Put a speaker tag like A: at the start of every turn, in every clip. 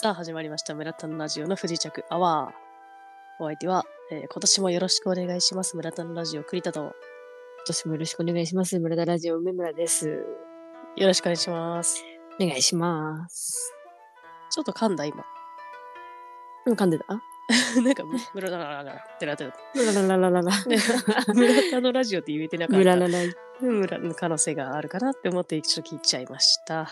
A: さあ始まりました村田のラジオの不時着アワー。お相手は、えー今年もよろしくお願いします村田のラジオ栗田とよ
B: 今年もよろしくお願いします。村田ラジオ梅村です。
A: ろしくお願いします。
B: お願いします。
A: ちょっと噛んだ今。
B: うん、噛んでた
A: なんかむ村田のラジオってなってる。
B: 村田ララ ララ。
A: 村田のラジオって言えてなかっ
B: 村
A: た
B: ララ。
A: 村の可能性があるかなって思ってちょっと聞いちゃいました。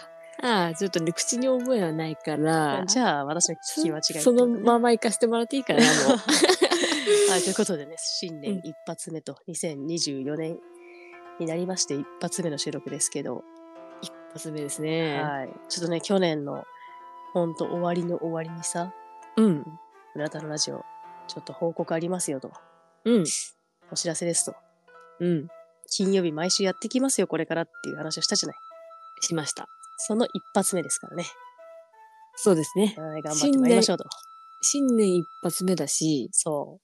B: ああ、ちょっとね、口に覚えはないから。
A: じゃあ私の
B: そ
A: 聞き間違いって
B: そ
A: こと
B: の
A: ね
B: まま行かせてもらっていい かな、もう
A: はい、ということでね、新
B: う
A: 年
B: ん
A: 一発目と2024年になりまして、一発目の収録ですけど、
B: 一発目ですね。
A: はい、ちょっとね、去年のほんと終わりの終わりにさ、
B: うん。
A: 村田のラジオ、ちょっと報告ありますよと、
B: うん。
A: お知らせですと、
B: うん。
A: 金曜日毎週やってきますよ、これからっていう話をしたじゃない。
B: しました。
A: その一発目ですからね、
B: そうですね。
A: はい、頑張ってまいりましょうと。
B: 新年一発目だし、
A: そ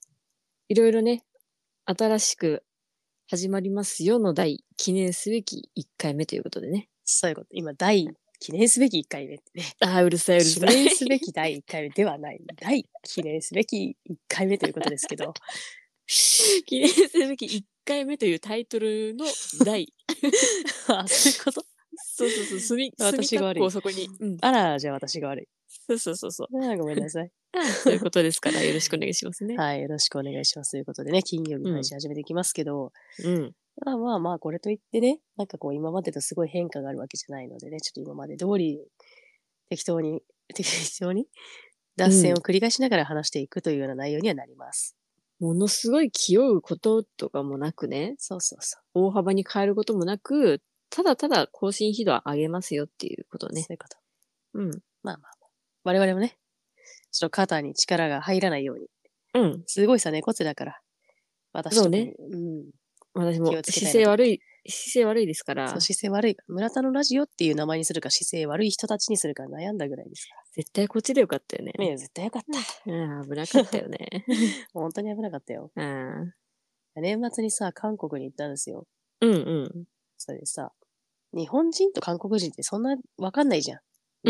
B: いろいろね、新しく始まりますよの第記念すべき1回目ということでね
A: う、。そういうこと。今、第、記念すべき1回目ってね。
B: ああ、うるさいうる
A: 記
B: さい
A: 念。すべき第1回目ではない。第記念すべき1回目ということですけど、
B: 記念すべき1回目というタイトルの題。
A: あ、そういうこと
B: そうそうそう、す み、
A: 私が悪い
B: 隅っこをそこに。うん。
A: あら、じゃあ私が悪い。
B: そうそうそうそう。
A: あーごめんなさい。
B: ということですから、よろしくお願いしますね。
A: はい、よろしくお願いします。ということでね、金曜日
B: うん
A: 配信始めていきますけど、
B: うん。
A: まあまあまあ、これといってね、なんかこう、今までとすごい変化があるわけじゃないのでね、ちょっと今まで通り、適当に、 適当に、脱線を繰り返しながら話していくというような内容にはなります。
B: ものすごい気負うこととかもなくね、
A: そうそうそ
B: 大幅に変えることもなく、ただただ更新頻度は上げますよっていうこと
A: う。
B: ね
A: そ。ういうこと。
B: うん。
A: まあまあまあ。我々もね、ちょっと肩に力が入らないように。
B: うん。
A: すごいさ、猫背だから。私とかも
B: そうね。
A: うん。
B: 私も
A: 気をつけたいな
B: 姿勢悪い、姿勢悪いですから
A: そう、姿勢悪い。村田のラジオっていう名前にするか、姿勢悪い人たちにするか悩んだぐらいですか
B: 絶対こっちでよかったよね。
A: ら。ねえ絶対よかった。
B: うん、危なかったよ ね。
A: 本当に危なかったよ。
B: うん。
A: 年末にさ、韓国に行ったんですよ。
B: うんうん。
A: それでさ、日本人と韓国人ってそんなわかんないじゃん。
B: うん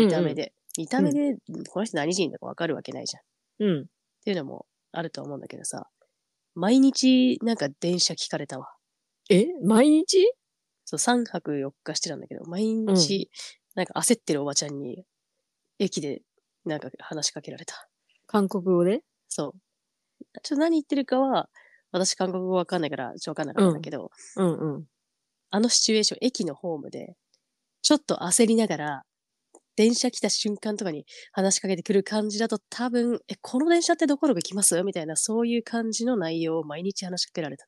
B: うん
A: 見た目で。見た目で、この人何人だかわかるわけないじゃん。っ
B: うん。
A: ていうのもあると思うんだけどさ、毎日なんか電車聞かれたわ。
B: え毎日
A: そう、3泊4日してたんだけど、毎日、なんか焦ってるおばちゃんに、駅でなんか話しかけられた。
B: 韓国語で
A: そう。ちょっと何言ってるかは、私韓国語わかんないから、ちょっとわかんなかったんだけど、
B: うんうん。
A: あのシチュエーション、駅のホームで、ちょっと焦りながら、電車来た瞬間とかに話しかけてくる感じだと多分、え、この電車ってどこどこ行きますみたいな、そういう感じの内容を毎日話しかけられた。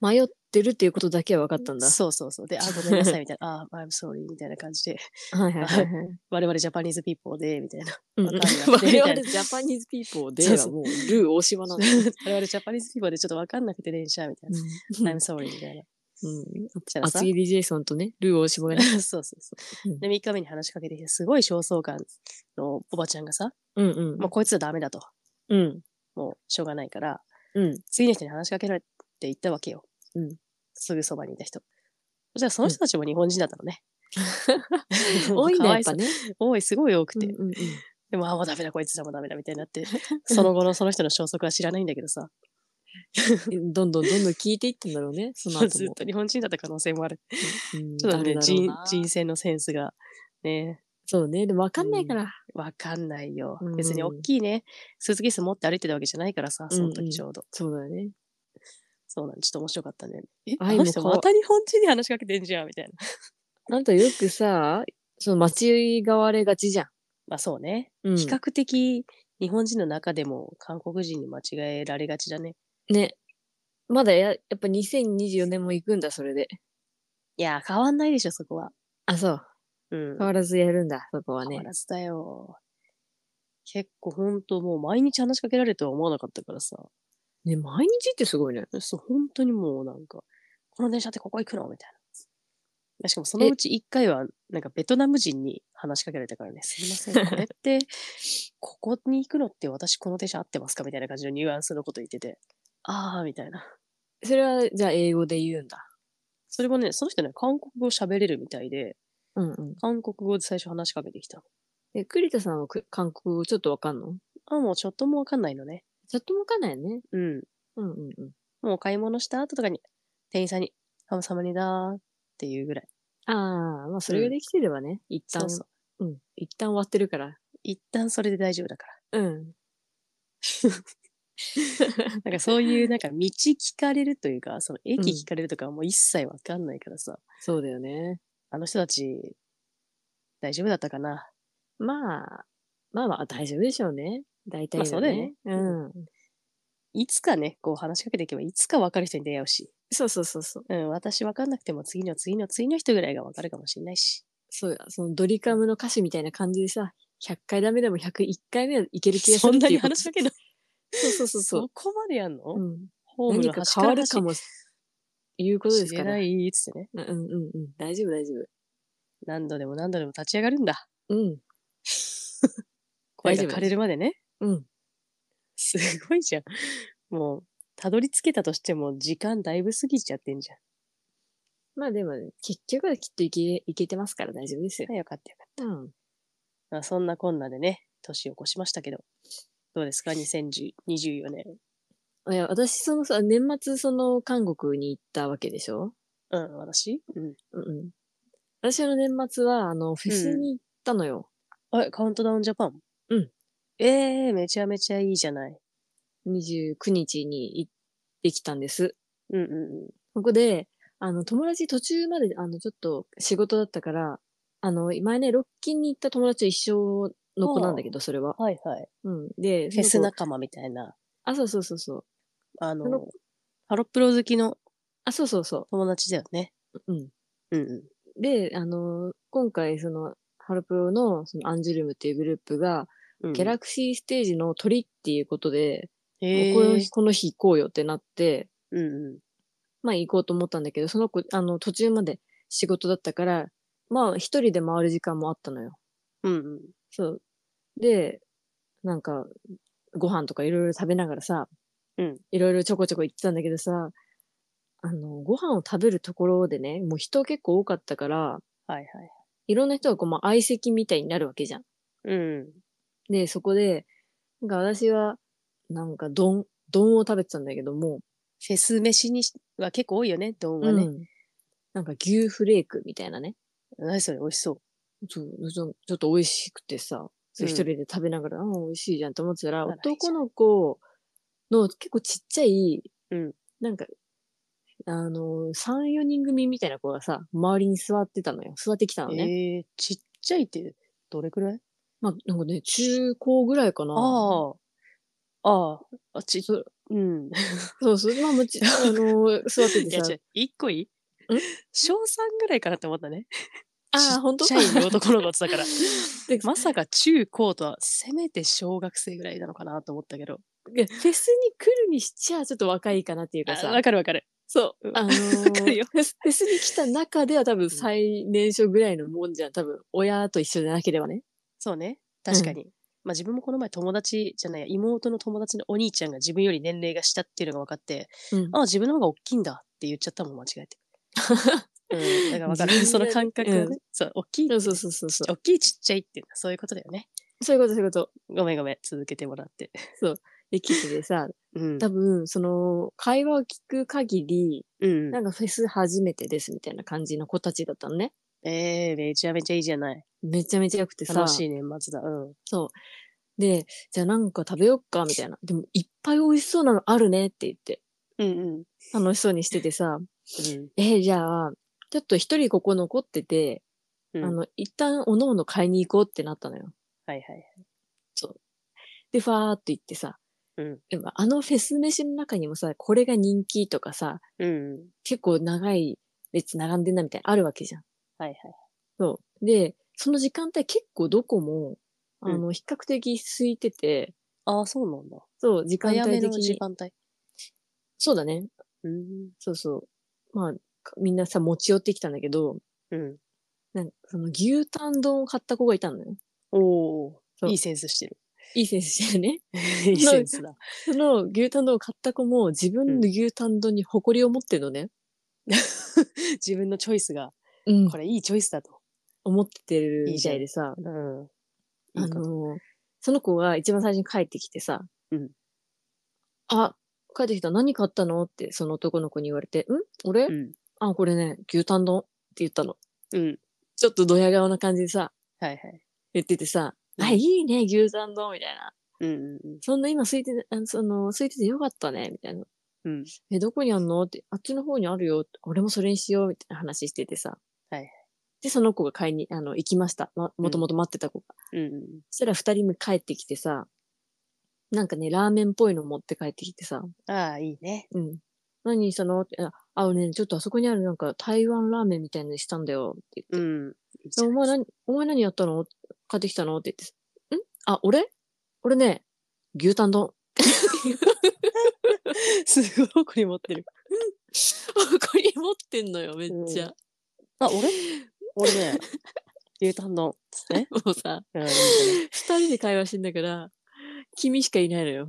B: 迷ってるっていうことだけは分かったんだ。
A: そうそうそう。で、あ、ごめんなさい、みたいな。あ、I'm sorry, みたいな感じで、
B: はいはいはいはい。
A: 我々ジャパニーズピーポーで、みたいな。
B: うん
A: わ
B: 我
A: かん
B: 々
A: ないみたいな
B: ジャパニーズピーポーで
A: そうそ
B: は
A: う
B: もうルー大島なんだ。
A: 我々ジャパニーズピーポーでちょっとわかんなくて電車、みたいな。I'm sorry, みたいな。
B: うん
A: したらさ
B: 厚切りジェイソンとね、ルー大島が ね。
A: そうそうそうう。
B: ん
A: で、3日目に話しかけてきて、すごい焦燥感のおばちゃんがさ、
B: うんうん
A: もうこいつはダメだと。
B: うん。
A: もうしょうがないから、
B: うん。
A: 次の人に話しかけられて行ったわけよ。
B: うん
A: すぐそばにいた人。そしたらその人たちも日本人だったのね。
B: 多い
A: か
B: ね、や
A: わ
B: っ
A: そ
B: ぱ
A: う
B: ね。
A: 多い、すごい多くて。
B: うんうんうん
A: でも、あ、もうダメだ、こいつらもダメだ、みたいにな って、その後のその人の消息は知らないんだけどさ、
B: どんどんどんどん聞いていったんだろうね、その後
A: ずっ
B: も
A: と。日本人だった可能性もある。
B: うん
A: ちょっと
B: ある
A: ね、
B: だろう
A: 人
B: な
A: 人選のセンスが、ね、
B: そうね、でも分かんないから。
A: わかんないよ。
B: うん
A: 別に大きいね、スーツケース持って歩いてたわけじゃないからさ、その
B: うんう
A: 時
B: ん
A: ちょうど。
B: そうだよね。
A: そうなんちょっと面白かったね。え、
B: あ
A: あの人
B: 今こう
A: また日本人に話しかけてんじゃん、みたいな。
B: あんたよくさ、その間違われがちじゃん。
A: まあそうね。
B: うん
A: 比較的日本人の中でも韓国人に間違えられがちだね。
B: ね。まだややっぱ2024年も行くんだ、それで。
A: いやー、変わんないでしょ、そこは。
B: あ、そう。
A: うん。
B: 変わらずやるんだ、そこは
A: 変
B: ね
A: わ。らずだよ。結構ほんともう毎日話しかけられるとは思わなかったからさ。
B: ね、毎日ってすごいね。
A: そう、本当にもうなんか、この電車ってここ行くのみたいな。しかもそのうち1回は、なんかベトナム人に話しかけられた からね、すみません、これって、ここに行くのって私この電車合ってますかみたいな感じのニュアンスのこと言ってて、あーみたいな。
B: それは、じゃあ英語で言うんだ。
A: それもね、その人ね、韓国語喋れるみたいで、
B: うんうん。
A: 韓国語で最初話しかけてきたの。
B: え、栗田さんはく韓国語ちょっとわかんの
A: あ、もうちょっともわかんないのね。
B: ちょっともわかんないよね。
A: うん。
B: うんうんうん。
A: もうお買い物した後とかに、店員さんに、ハムサムニダーっていうぐらい。
B: ああ、まあそれができてればね、一
A: そ
B: 旦
A: うそう。
B: うん、一旦終わってるから。
A: 一旦それで大丈夫だから。
B: うん。
A: なんかそういう、なんか道聞かれるというか、その駅
B: うん
A: 聞かれるとかはもう一切わかんないからさ、
B: そうだよね。
A: あの人たち、大丈夫だったかな。
B: まあ、まあまあ大丈夫でしょうね。大体、
A: まあそうだよね
B: うん。
A: いつかね、こう話しかけていけば、いつかわかる人に出会うし、
B: そうそうそうそう。
A: うん、私わかんなくても次の次の次の人ぐらいがわかるかもしれないし。
B: そうや、そのドリカムの歌詞みたいな感じでさ、100回ダメでも101回目はいける気がす
A: そ
B: る
A: ん
B: って
A: な
B: いう
A: に話しかける
B: そうそうそうそう。
A: こまでやんの、
B: うん、
A: ホーム
B: 何
A: の
B: か
A: 端
B: 変
A: から
B: わる
A: 端
B: かもし、いうことです
A: 知
B: か
A: れ
B: ら。
A: な
B: うん
A: いっつってね。
B: うんうんうん。大丈夫大丈夫。
A: 何度でも何度でも立ち上がるんだ。
B: うん。
A: 声
B: 大丈
A: が
B: 夫
A: 枯れるまでね。
B: うん。
A: すごいじゃん。もう、たどり着けたとしても、時間だいぶ過ぎちゃってんじゃん。
B: まあでも、結局はきっといけ、いけてますから大丈夫ですよ。
A: あよかったよかっ
B: うん。
A: た。まあ、そんなこんなでね、年を越しましたけど、どうですか、2024年。
B: いや、私、そのさ、年末、その、韓国に行ったわけでしょ
A: うん、私うん。
B: うんうん。私の年末は、あの、フェスに行ったのよ。
A: あれ、カウントダウンジャパン
B: うん。
A: ええー、めちゃめちゃいいじゃない。
B: 29日に行ってきたんです。
A: うんうんうん。
B: ここで、あの、友達途中まで、あの、ちょっと仕事だったから、あの、前ね、ロッキンに行った友達と一緒の子なんだけど、それは。
A: はいはい。
B: うん。で、
A: フェス
B: その子
A: 仲間みたいな、
B: あ、そうそうそうそう。
A: あ
B: その
A: の、ハロプロ好きの
B: あ、そうそうそ
A: 友達だよね。
B: う。うん。
A: うんうん。
B: で、あの、今回、その、ハロプロの、その、アンジュルムっていうグループが、
A: うん
B: ギャラクシーステージの鳥っていうことで、
A: へ
B: この
A: ー
B: 日、この日行こうよってなって、
A: うんう
B: まあ行こうと思ったんだけど、その子、あの、途中まで仕事だったから、まあ一人で回る時間もあったのよ。
A: ん。うんうん。
B: そう。で、なんか、ご飯とかいろいろ食べながらさ、
A: うん。
B: いろいろちょこちょこ行ってたんだけどさ、あの、ご飯を食べるところでね、もう人結構多かったから、
A: はいはい。
B: いろんな人がこう、まあ、相席みたいになるわけじゃん。
A: うん。
B: で、そこで、なんか私は、なんか丼、丼を食べてたんだけども、
A: フェス飯にしは結構多いよね、丼
B: う
A: はね。
B: ん、なんか牛フレークみたいなね。
A: 何それ、美味しそう。
B: そうちょちょっと美味しくてさ、そ
A: う
B: う
A: ん
B: 一人で食べながら、あ美味しいじゃんと思ってた
A: あ
B: ら、
A: らいいじゃん
B: 男の子の結構ちっちゃい、
A: うん
B: なんか、あの、3、4人組みたいな子がさ、周りに座ってたのよ。座ってきたのね。
A: えー、ちっちゃいってどれくらい
B: まあ、なんかね、中高ぐらいかな。
A: ああ。ああ。あち、
B: そ
A: うん。
B: そうそう、まあ、もち、 あの、座ってて
A: いや、
B: さ
A: 違、う一個いい小3ぐらいかなって思ったね。
B: ああ、ほんと
A: ちっちゃい男の子ってだ から。
B: で
A: まさか中高とは、せめて小学生ぐらいなのかなと思ったけど。
B: いやフェスに来るにしちゃちょっと若いかなっていうか
A: あ
B: さ、
A: わかるわかる。
B: そう
A: う、ん
B: あの
A: わかる
B: ー
A: よ
B: フェス、フェスに来た中では多分最年少ぐらいのもんじゃん、多分親と一緒じゃなければね。
A: そうね。確かに。まあ自分もこの前友達じゃないや、妹の友達のお兄ちゃんが自分より年齢が下っていうのが分かって、
B: うん
A: あ、自分の方が大きいんだって言っちゃったもん、間違えて。 うん、だから分か
B: 自分
A: る。
B: で
A: その感覚をね、
B: うん
A: そう、大きい、
B: そうそうそうそうそ
A: 大きいちっちゃいっていうのはそういうことだよね。
B: う。そういうことそういうこと。
A: ごめんごめん、続けてもらって。
B: で、来ててさ、
A: うん。
B: 多分、その、会話を聞く限り、
A: うん
B: な、んかフェス初めてですみたいな感じの子たちだったのね。
A: えー、めちゃめちゃいいじゃない。
B: めちゃめちゃ良くてさ、
A: 楽しい年末だ。うん。
B: そう。で、じゃあなんか食べよっか、みたいな。でも、いっぱい美味しそうなのあるねって言って、
A: うんうん。
B: 楽しそうにしててさ、
A: うん
B: えーじゃあ、ちょっと一人ここ残ってて、
A: うん
B: あの、一旦おのおの買いに行こうってなったのよ。
A: はいはい。
B: で、ファーって行ってさ、
A: うん。
B: でもあのフェス飯の中にもさ、これが人気とかさ、
A: うん。
B: 結構長い列並んでんなみたいなのあるわけじゃん。
A: はいはい。
B: そう。で、その時間帯結構どこも、あ
A: うん
B: の、比較的空いてて、
A: ああ、そうなんだ。
B: そう、時間
A: 早
B: 帯
A: め
B: 的
A: の時
B: に。
A: 間帯。
B: そうだね。
A: うん。
B: そうそう。まあ、かみんなさ、持ち寄ってきたんだけど、
A: うん。
B: なんかその牛タン丼を買った子がいたのよ。
A: おお。
B: そう
A: いいセンスしてる。
B: いい先生してるね。
A: いいセンスだ。
B: その牛タン丼を買った子も自分の牛タン丼に誇りを持ってるのね。
A: 自分のチョイスが、
B: うん
A: これいいチョイスだと。
B: 思ってるみたいでさ、
A: うん。い
B: あ
A: いこと。
B: の、その子が一番最初に帰ってきてさ、
A: うん
B: あ、帰ってきた、何買ったのってその男の子に言われて、ん俺、
A: うん。
B: あ、これね、牛タン丼って言ったの。
A: うん。
B: ちょっとドヤ顔な感じでさ、
A: はいはい。
B: 言っててさ、
A: うん
B: あ、いいね、牛タン丼みたいな。
A: うんうん
B: そんな今空いてて、あのその、空いててよかったね、みたいな。
A: うん。うん。
B: え、どこにあんのって、あっちの方にあるよ。俺もそれにしよう、みたいな話しててさ。
A: はい。
B: で、その子が買いに、あの、行きました。ま、もともと待ってた子が。
A: うんうん。
B: そしたら二人目帰ってきてさ、なんかね、ラーメンっぽいの持って帰ってきてさ、
A: ああ、いいね。
B: うん。何したのって、あ、あのね、ちょっとあそこにあるなんか台湾ラーメンみたいのにしたんだよって
A: う
B: 言って。
A: ん。いい
B: でお前何、お前何やったの買ってきたのって言って。んあ、俺俺ね、牛タン丼。
A: すごい誇り持ってる。
B: これ持ってんのよ、めっちゃ。
A: あ、俺俺ね、牛タン丼です ね。
B: もうさ、
A: うんいいんじゃない
B: 二人で会話してんだから、君しかいないのよ。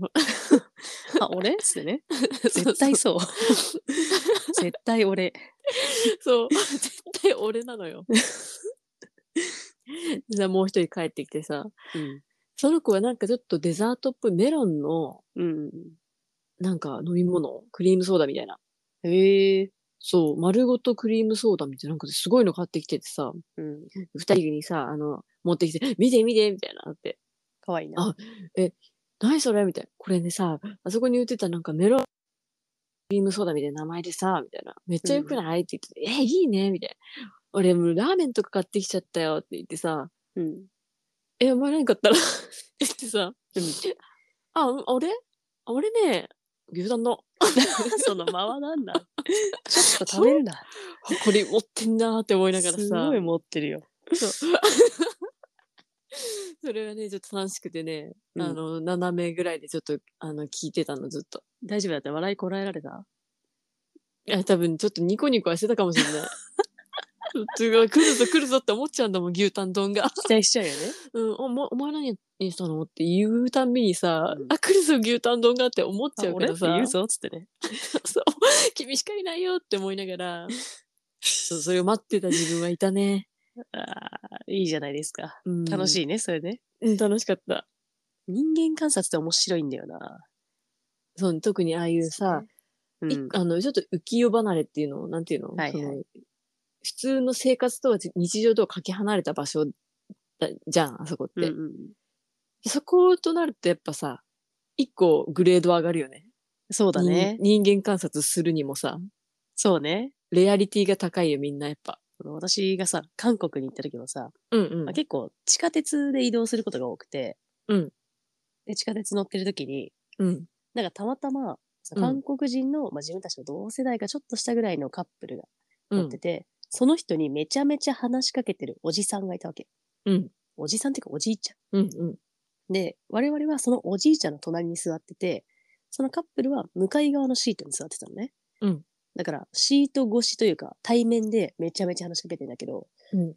A: あ、俺っすね。絶対そう。 絶対俺。
B: そう。 絶対俺なのよ。 じゃあもう一人帰ってきてさ、
A: うん。
B: その子はなんかちょっとデザートっぽいメロンの、
A: うん。
B: なんか飲み物、クリームソーダみたいな。
A: へえ。
B: そう、丸ごとクリームソーダみたいな、なんかすごいの買ってきててさ、
A: うん。
B: 二人にさ、あの、持ってきて、見て見てみたいなって。
A: かわいいな。
B: あ何それみたいな。これねさ、あそこに売ってたなんかメロン、クリームソーダみたいな名前でさ、みたいな。めっちゃ良くない、って言って、え、いいねみたいな。俺もうラーメンとか買ってきちゃったよって言ってさ、
A: うん。
B: え、お前何買ったら って言ってさ、
A: うん
B: あ、うん俺あ俺ね、牛タンの
A: その間は なんだちょっと食べるな。
B: 誇り持ってんなーって思いながらさ、
A: すごい持ってるよ。
B: そうそれがね、ちょっと楽しくてね、
A: うん
B: あの、斜めぐらいでちょっと、あの、聞いてたの、ずっと。
A: 大丈夫だった笑いこらえられた
B: いや、多分ちょっとニコニコはしてたかもし れない。すごい、来るぞ来るぞって思っちゃうんだもん、牛タン丼が。
A: 期待し ちゃうよね。
B: うん、おもお前何にしたのって言うたんびにさ、
A: うん
B: あ、来るぞ牛タン丼がって思っちゃ
A: あ
B: うか
A: 俺っ
B: ら
A: て
B: さ。
A: 言うぞっつってね。
B: そう、 君しかいないよって思いなが ら、そう、それを待ってた自分はいたね。
A: ああ、いいじゃないですか。
B: うん、
A: 楽し
B: い。
A: いね、それね。
B: うん、楽しかった。
A: 人間観察って面白いんだよな。
B: そう、特にああいうさ、
A: うん
B: いあの、ちょっと浮世離れっていうのを、なんていうの,、
A: はいはい
B: その普通の生活とはじ日常とはかけ離れた場所だじゃん、あそこって、
A: うんうん
B: そことなるとやっぱさ、一個グレード上がるよね。
A: そうだね。
B: 人人間観察するにもさ、
A: そうね。
B: レアリティが高いよ、みんなやっぱ。
A: その私がさ、韓国に行った時もさ、
B: うんうん
A: まあ、結構地下鉄で移動することが多くて、
B: うん
A: で地下鉄乗ってる時に、
B: うん。
A: なんかたまたま、その
B: うん
A: 韓国人の、まあ、自分たちの同世代かちょっとしたぐらいのカップルが
B: う
A: 乗っ
B: ん
A: て。て、その人にめちゃめちゃ話しかけてるおじさんがいたわけ。
B: うん。
A: おじさんっていうかおじいちゃ
B: うん。うん。
A: ん。で、我々はそのおじいちゃんの隣に座ってて、そのカップルは向かい側のシートに座ってたのね。
B: うん
A: だから、シート越しというか、対面でめちゃめちゃ話しかけてんだけど、
B: うん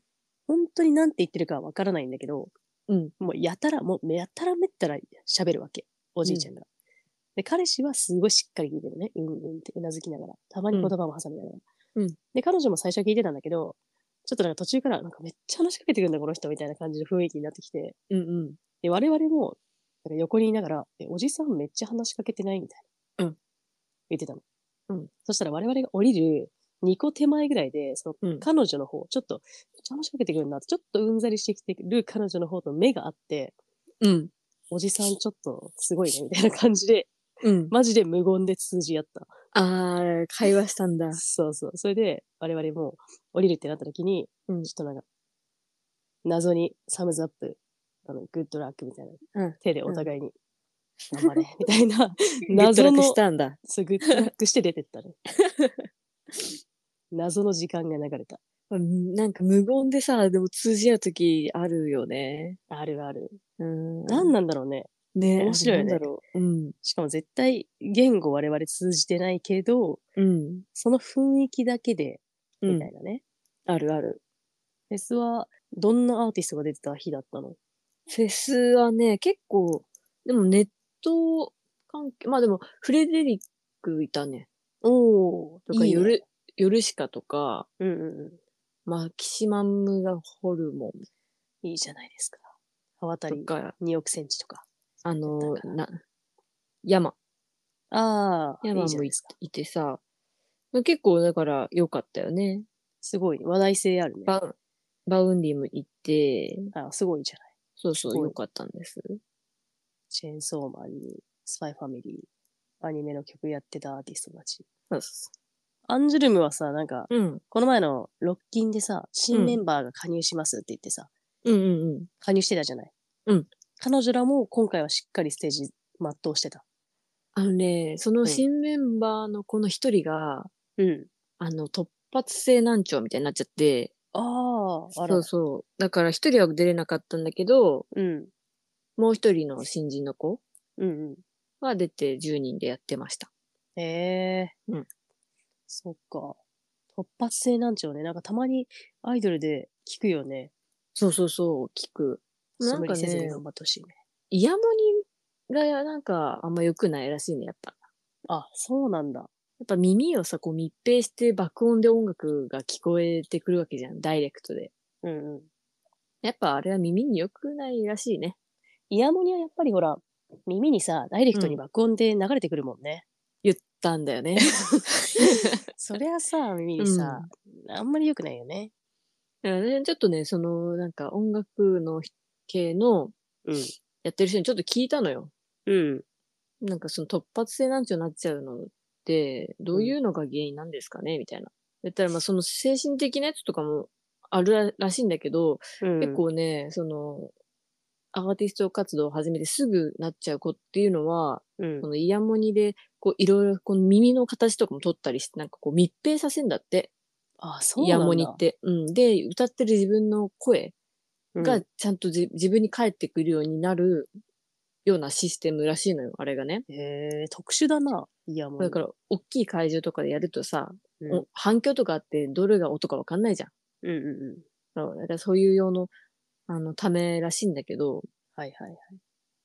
A: 本当に何て言ってるかわからないんだけど、
B: うん
A: もうやたら、もうやたらめったら喋るわけ。おじいちゃんが。で、彼氏はすごいしっかり聞いてるね。うんうんってうなずきながら。たまに言葉も挟みながら。
B: うん
A: で、彼女も最初は聞いてたんだけど、ちょっとなんか途中から、なんかめっちゃ話しかけてくるんだ、この人みたいな感じの雰囲気になってきて、
B: うん。うん。
A: で、我々も、なんか横にいながら、え、おじさんめっちゃ話しかけてないみたいな。
B: うん。
A: 言ってたの。
B: うん。
A: そしたら我々が降りる2個手前ぐらいで、その
B: うん。
A: 彼女の方、ちょっと、めっちゃ話しかけてくるなって、ちょっとうんざりしてきてる彼女の方と目があって、
B: うん。
A: おじさんちょっとすごいね、みたいな感じで、
B: うん。
A: マジで無言で通じ合った。
B: あー、会話したんだ。
A: そうそう。それで、我々も降りるってなった時に、
B: うん
A: ちょっとなんか、謎にサムズアップ、あの、グッドラックみたいな、
B: うん
A: 手でお互いに、頑張れ、 み たい な、
B: 謎
A: 謎
B: の。
A: の
B: したんだ。
A: そうグッドラックして出てった ね。謎の時間が流れた。
B: うんなんか無言でさ、でも通じ合うときあるよね。
A: あるある。
B: うん。
A: 何なんだろうね。
B: ね
A: 面白いよね
B: なんだろう。うん。
A: しかも絶対言語我々通じてないけど、
B: うん。
A: その雰囲気だけで、
B: う
A: み
B: ん
A: たい。なね。
B: あるある。
A: フェスは、どんなアーティストが出てた日だったの
B: フェスはね、結構、でもネット関係、まあでも、フレデリックいたね。
A: おー、
B: とか、
A: いいね
B: ヨル、ヨルシカとか、
A: うんうんう
B: マキシマムがホルモン。
A: ん。いいじゃないですか。刃渡
B: と
A: り
B: か、
A: 2億センチとか。
B: あの
A: だか、
B: な、山、
A: ああ、い
B: 山
A: いじゃな
B: も
A: い
B: い
A: ですか。
B: いてさ、結構だから良かったよね。
A: すごい、話題性あるね。
B: バウバウンディも行って、
A: あすごいじゃない。
B: そうそ
A: す
B: う、
A: ごい
B: 良かったんです。
A: チェーンソーマンに、スパイファミリー、アニメの曲やってたアーティストたち。
B: そうそ
A: アンジュルムはさ、なんか、
B: う。うん。
A: この前のロッキンでさ、
B: う
A: 新
B: ん
A: メンバーが加入しますって言ってさ、
B: うんうんうん。
A: 加入してたじゃない。
B: うん。
A: 彼女らも今回はしっかりステージ全うしてた。
B: あのね、その新メンバーのこの一人が、
A: うん。
B: あの、突発性難聴みたいになっちゃって、
A: ああ、あら
B: そうそう。だから一人は出れなかったんだけど、
A: うん。
B: もう一人の新人の子
A: うんう
B: は出て10人でやってました。
A: ん。へえ。
B: うん。
A: そっか。突発性難聴ね。なんかたまにアイドルで聞くよね。
B: そうそうそう、聞く。な
A: そ
B: ん
A: 無
B: か
A: 理せずに
B: ね、
A: 頑張ってほしいね。
B: イヤモニがなんかあんま良くないらしいね、やっぱ。
A: あ、そうなんだ。
B: やっぱ耳をさ、こう密閉して爆音で音楽が聞こえてくるわけじゃん、ダイレクトで。
A: うんうん。
B: やっぱあれは耳に良くないらしいね。
A: イヤモニはやっぱりほら、耳にさ、ダイレクトに爆音で流れてくるもん ね。
B: 言ったんだ よね。
A: そりゃさ、耳にさ、あんまり良くないよね。
B: だからねちょっとね、その、なんか音楽の系の
A: うん。
B: やってる人にちょっと聞いたのよ。
A: うん。
B: なんかその突発性難聴になっちゃうのって、どういうのが原因なんですかねみたいな。だったら、まあその精神的なやつとかもあるららしいんだけど、
A: 結
B: 結、構ね、その、アーティスト活動を始めてすぐなっちゃう子っていうのは、
A: うん
B: このイヤモニで、こういろいろこの耳の形とかも取ったりして、なんかこう密閉させんだって、
A: あ、そう
B: イ
A: な
B: ヤ
A: んだ。
B: モニって。うん。で、歌ってる自分の声が
A: うん
B: ちゃんとじ自分に返ってくるようになるようなシステムらしいのよ、あれがね。
A: へえ、特殊だな、イヤモニ。
B: だから、大きい会場とかでやるとさ、
A: うん、
B: お反響とかあって、どれが音かわかんないじゃん。
A: うんうんうん。
B: そうだからそういう用の、あの、ためらしいんだけど、
A: はいはいはい。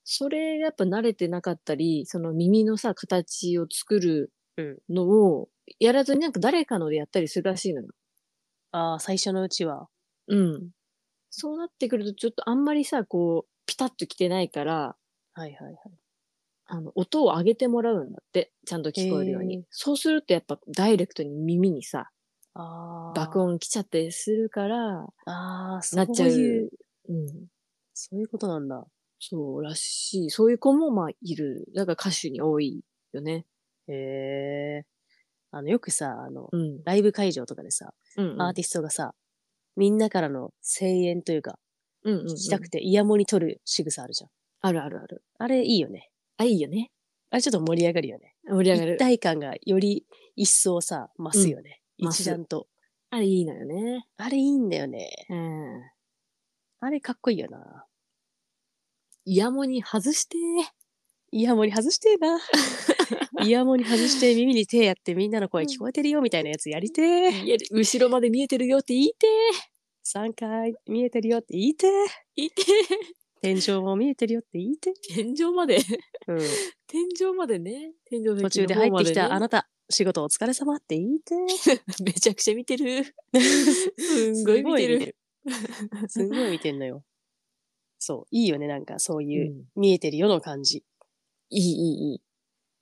B: それがやっぱ慣れてなかったり、その耳のさ、形を作る
A: うん
B: のを、やらずになんか誰かのでやったりするらしいのよ。
A: ああ、最初のうちは。
B: うん。そうなってくると、ちょっとあんまりさ、こう、ピタッと来てないから、
A: はいはいはい。
B: あの、音を上げてもらうんだって、ちゃんと聞こえるよう
A: へ
B: に
A: ー。
B: そうするとやっぱダイレクトに耳にさ、
A: ああ。
B: 爆音来ちゃったりするから、
A: ああ、そ
B: なっちゃ
A: う
B: う。
A: いう、
B: うん。
A: そういうことなんだ。
B: そうらしい。そういう子もまあいる。だから歌手に多いよね。
A: へえ。あの、よくさ、あの、
B: うん。
A: ライブ会場とかでさ、
B: うん、うん。
A: アーティストがさ、みんなからの声援というか、
B: うんうんうん
A: 聞きたくてイヤモニ取る仕草あるじゃん。
B: あるあるある。
A: あれいいよね。
B: あ、いいよね。
A: あれちょっと盛り上がるよね。
B: 盛り上が
A: 一
B: る。
A: 体感がより一層さ、増すよね。
B: うん増す
A: 一段と。
B: あれいいのよね。
A: あれいいんだよね。
B: うん。
A: あれかっこいいよな。
B: イヤモニ 外して。
A: イヤモニ外してえ な。イヤモニ外して耳に手やってみんなの声聞こえてるよみたいなやつやりてえ。
B: いや後ろまで見えてるよって言いて。
A: 3回見えてるよって言いてえ。
B: 言いて。
A: 天井も見えてるよって言いてえ。
B: 天井まで。
A: うん、
B: 天井までね。天井の方まね
A: 途中で入ってきたあなた、仕事お疲れ様って言いて
B: めちゃくちゃ見てる。
A: え。
B: すんごい見てる。
A: すんごい見てんのよ。そう、いいよね、なんかそう
B: う
A: い
B: ん
A: う、見えてるよの感じ。
B: いいいいいい。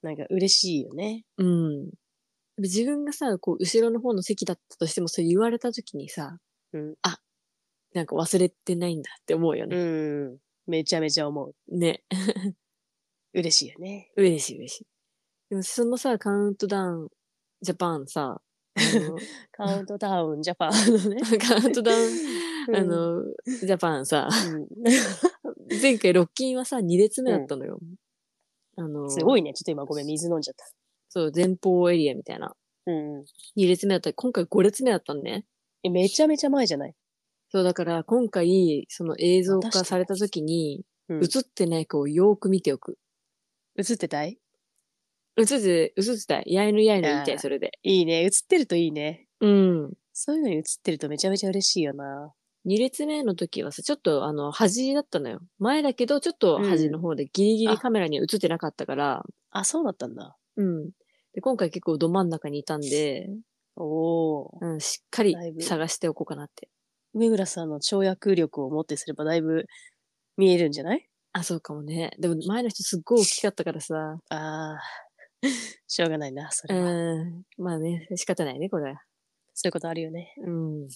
A: なんか嬉しいよね。
B: うん。自分がさ、こう、後ろの方の席だったとしても、それ言われた時にさ、
A: うん
B: あ、なんか忘れてないんだって思うよ
A: う
B: ね。
A: ん、めちゃめちゃ思う。
B: ね。
A: 嬉しいよ ね。
B: 嬉しい嬉しい。でも、そのさ、カウントダウン、ジャパンさ、あ の
A: カウントダウンジャパンのね。
B: カウントダウン、
A: うん
B: あ、の、ジャパンさ、
A: う
B: 前回ロッキンはさ、2列目だったのよ。あの、
A: ん、すご
B: い。
A: いね。ちょっと今ごめん、水飲んじゃった。
B: そう、前方エリアみたいな。
A: うんうん。
B: 2列目だったり、今回5列目だったのね。
A: え、めちゃめちゃ前じゃない、
B: そう、だから今回、その映像化された時に、
A: うん、
B: 映ってない子をよーく見ておく。
A: 映ってたい
B: 映って、映ってたい。やいのやいの見
A: あ
B: て、
A: ー
B: それで。
A: いいね。映ってるといいね。
B: うん。
A: そういうのに映ってるとめちゃめちゃ嬉しいよな。
B: 2列目の時はさ、ちょっとあの、端だったのよ。前だけど、ちょっと端の方でギリギリカメラには映ってなかったから、
A: あ、そうだったんだ。
B: うん。で、今回結構ど真ん中にいたんで、
A: おお。
B: うん、しっかり
A: だいぶ
B: 探しておこうかなって。
A: 梅村さんの跳躍力をもってすればだいぶ見えるんじゃない
B: あ、そうかもね。でも前の人すっごい大きかったからさ。
A: ああ、 しょうがないな、そうれは。
B: ん。まあね、仕方ないね、これは。
A: そういうことあるよね。
B: うん。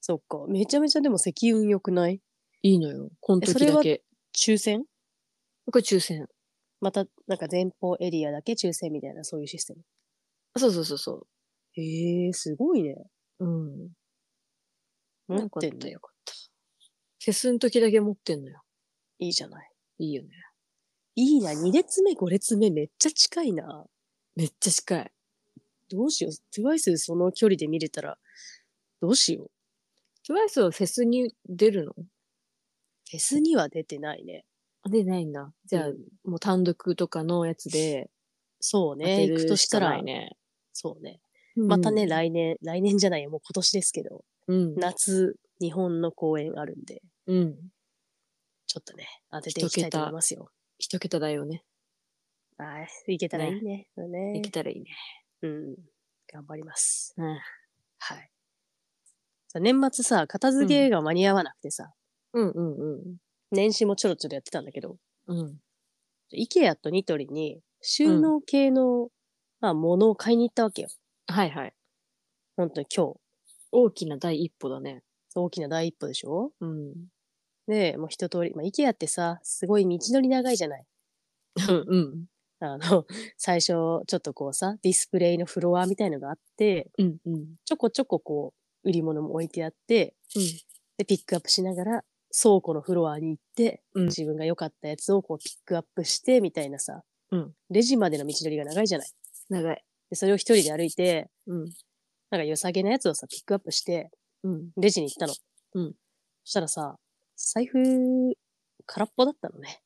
A: そっか。めちゃめちゃでも積運良くない
B: いいのよ。この
A: えそ
B: 時
A: れは
B: だけ。
A: 抽選
B: これ抽選。
A: また、なんか前方エリアだけ抽選みたいな、そういうシステム。
B: そうそうそうそ
A: へえ、すごいね。
B: う。うん。
A: 持
B: よ
A: っ
B: か
A: て
B: っ
A: んだ
B: た
A: よ。
B: よかった。フェスの時だけ持ってんのよ。
A: いいじゃない。
B: いいよね。
A: いいな、2列目、5列目、めっちゃ近いな。
B: めっちゃ近い。
A: どうしよう。TWICE その距離で見れたら、どうしよう。
B: TWICE はフェスに出るの
A: フェスには出てないね。
B: あ出ないんだ。じゃあ、
A: う
B: もう単独とかのやつで
A: そう
B: 当
A: ね。
B: て
A: 行く
B: る
A: とし、
B: したからないね。
A: そうね。
B: うん
A: またね、、来年、来年じゃないよ、もう今年ですけど、
B: うん。
A: 夏、日本の公演あるんで、
B: うん。
A: ちょっとね、当てていきたいと思いますよ。
B: 一桁だよね。
A: はい、いけたらいいね。だね
B: できたらいいね。
A: うん。頑張ります。
B: うん。
A: はい。さ年末さ、片付けが間に合わなくてさ、
B: うんうん
A: 年始もちょろちょろやってたんだけど、
B: うん。うん。
A: IKEA とニトリに収納系の、まあ、ものを買いに行ったわけよ。
B: はいはい。
A: 本当に今日。
B: 大きな第一歩だね。
A: 大きな第一歩でしょ
B: うん。
A: で、もう一通り、まあ、IKEA ってさ、すごい道のり長いじゃない
B: うん。
A: あの、 最初、ちょっとこうさ、ディスプレイのフロアみたいのがあって、
B: うんうん。
A: ちょこちょここう、売り物も置いてあって、
B: うん
A: で、ピックアップしながら、倉庫のフロアに行って、
B: うん
A: 自分が良かったやつをこう、ピックアップして、みたいなさ、
B: うん
A: レジまでの道のりが長いじゃない
B: 長い。
A: で、それを一人で歩いて、
B: うん。
A: なんか良さげなやつをさ、ピックアップして、
B: うん。
A: レジに行ったの。
B: うん
A: そしたらさ、財布、空っぽだったのね。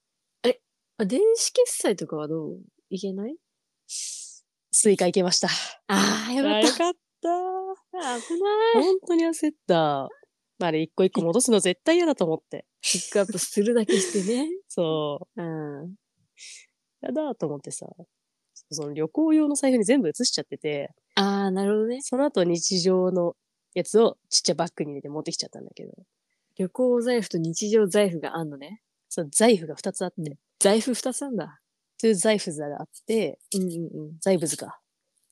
B: あ電子決済とかはどういけない
A: スイカ行けました。
B: ああ、よ
A: あー
B: かっ
A: よ
B: た。
A: かった。
B: あ危ない。
A: 本当に焦った。あれ、一個一個戻すの絶対嫌だと思って。
B: ピックアップするだけしてね。
A: そ
B: うん。
A: う。やだと思ってさ。その旅行用の財布に全部移しちゃってて、
B: ああ、なるほどね。
A: その後日常のやつをちっちゃいバッグに入れて持ってきちゃったんだけど、
B: 旅行財布と日常財布があんのね。
A: その財布が2つあって、
B: 財布二つあんだ。
A: トゥー財布があって、
B: うんうんうん。
A: 財布図か。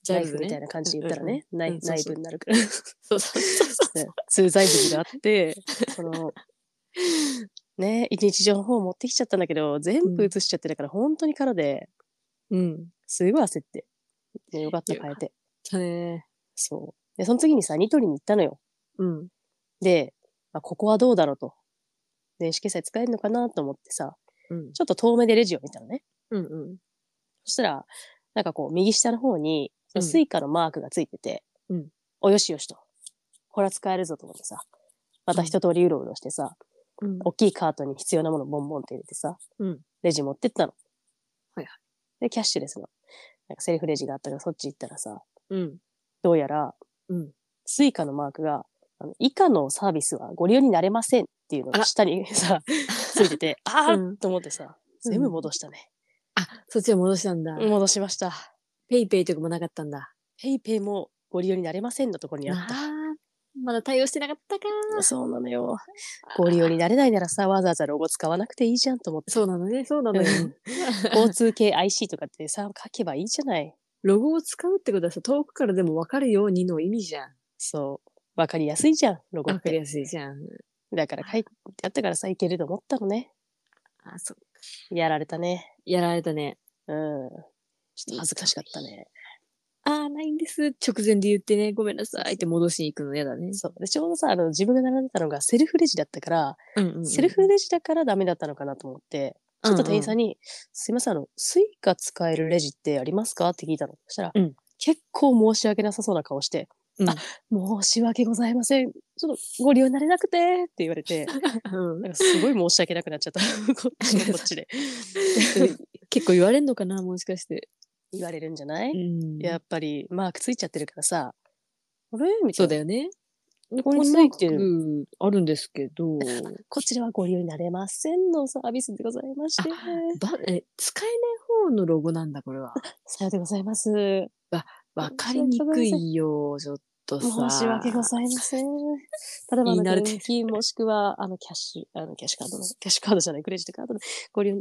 A: 財布みたい
B: な。
A: な感じで言ったらね、
B: うん
A: 内
B: うんそう
A: 内
B: そ
A: 部
B: う
A: になるから。
B: そうそうそうそう。
A: ねトゥー財布図があって、 その、ね、日常の方持ってきちゃったんだけど、全部移しちゃってだから本当に空で、
B: うん。
A: すごい焦って。ねよかった、
B: よか
A: 変
B: っ
A: えて。
B: だね。
A: そう。で、その次にさ、ニトリに行ったのよ。
B: うん。
A: で、まあ、ここはどうだろうと。電子決済使えるのかなと思ってさ、
B: うん。
A: ちょっと遠目でレジを見たのね。
B: うんうん。
A: そしたら、なんかこう、右下の方に、
B: うん
A: スイカのマークがついてて、
B: うん
A: およしよしと。これは使えるぞと思ってさ、また一通りうろうろしてさ、
B: うん。
A: 大きいカートに必要なものボンボンって入れてさ、
B: うん
A: レジ持ってったの。
B: はいはい。
A: で、キャッシュレスの、なんかセルフレジがあったからそっち行ったらさ、
B: うん。
A: どうやら、
B: うん。
A: スイカのマークが、あの以下のサービスはご利用になれませんっていうの
B: あ
A: が
B: ら
A: 下に さ、ついてて、あーっと思ってさ、
B: うん
A: 全部戻したね。
B: あ、そっちは戻したんだ。
A: 戻しました。
B: ペイペイとかもなかったんだ。
A: ペイペイもご利用になれませんのところにあっ
B: あーまだ対応してなかったか。
A: た。そうなのよ。ご利用になれないならさ、わざわざロゴ使わなくていいじゃんと思って。
B: そうなのね、そうなのよ。
A: 交通系 IC とかってさ、書けばいいじゃない。
B: ロゴを使うってことはさ、遠くからでも分かるようにの意味じゃん。
A: そう。わかりやすいじゃん、ロゴ
B: 分
A: っ
B: かり
A: て。
B: やすいじゃん。
A: だから書いてあったからさ、いけると思ったのね。
B: あ、そう。
A: やられたね。
B: やられたね。
A: うん。ちょっと恥ずかしかったね。
B: あー、ないんです。直前で言ってね、ごめんなさいって戻しに行くの嫌だね。
A: そう。で、ちょうどさ、あの、自分が並んでたのがセルフレジだったから、
B: うんうんうん
A: セルフレジだからダメだったのかなと思って、ちょっと店員さんに、すいません、あの、スイカ使えるレジってありますかって聞いたの。そしたら、
B: うん
A: 結構申し訳なさそうな顔して、
B: うん
A: あ、申し訳ございません。ちょっとご利用になれなくて、って言われて、
B: うん
A: なんかすごい申し訳なくなっちゃった。 こっちもこっちで。
B: 結構言われんのかな、もしかして。
A: 言われるんじゃない、
B: ん
A: やっぱり、マークついちゃってるからさ、あれみた
B: そ
A: いう
B: だ
A: な。
B: よね。
A: ここについてる
B: る。あるんですけ ど、
A: こちらはご利用になれませんのサービスでございまして。
B: ばえ使えない方の ロゴなんだ、これは。
A: さようでございます。
B: わかりにくいよ、ちょっとさ。
A: 申し訳ございません。ただま
B: 言い
A: だ
B: 慣れて
A: 現金もしくは、あの、キャッシュ、あの、キャッシュカードの、キャッシュカードじゃない、クレジットカードのご利用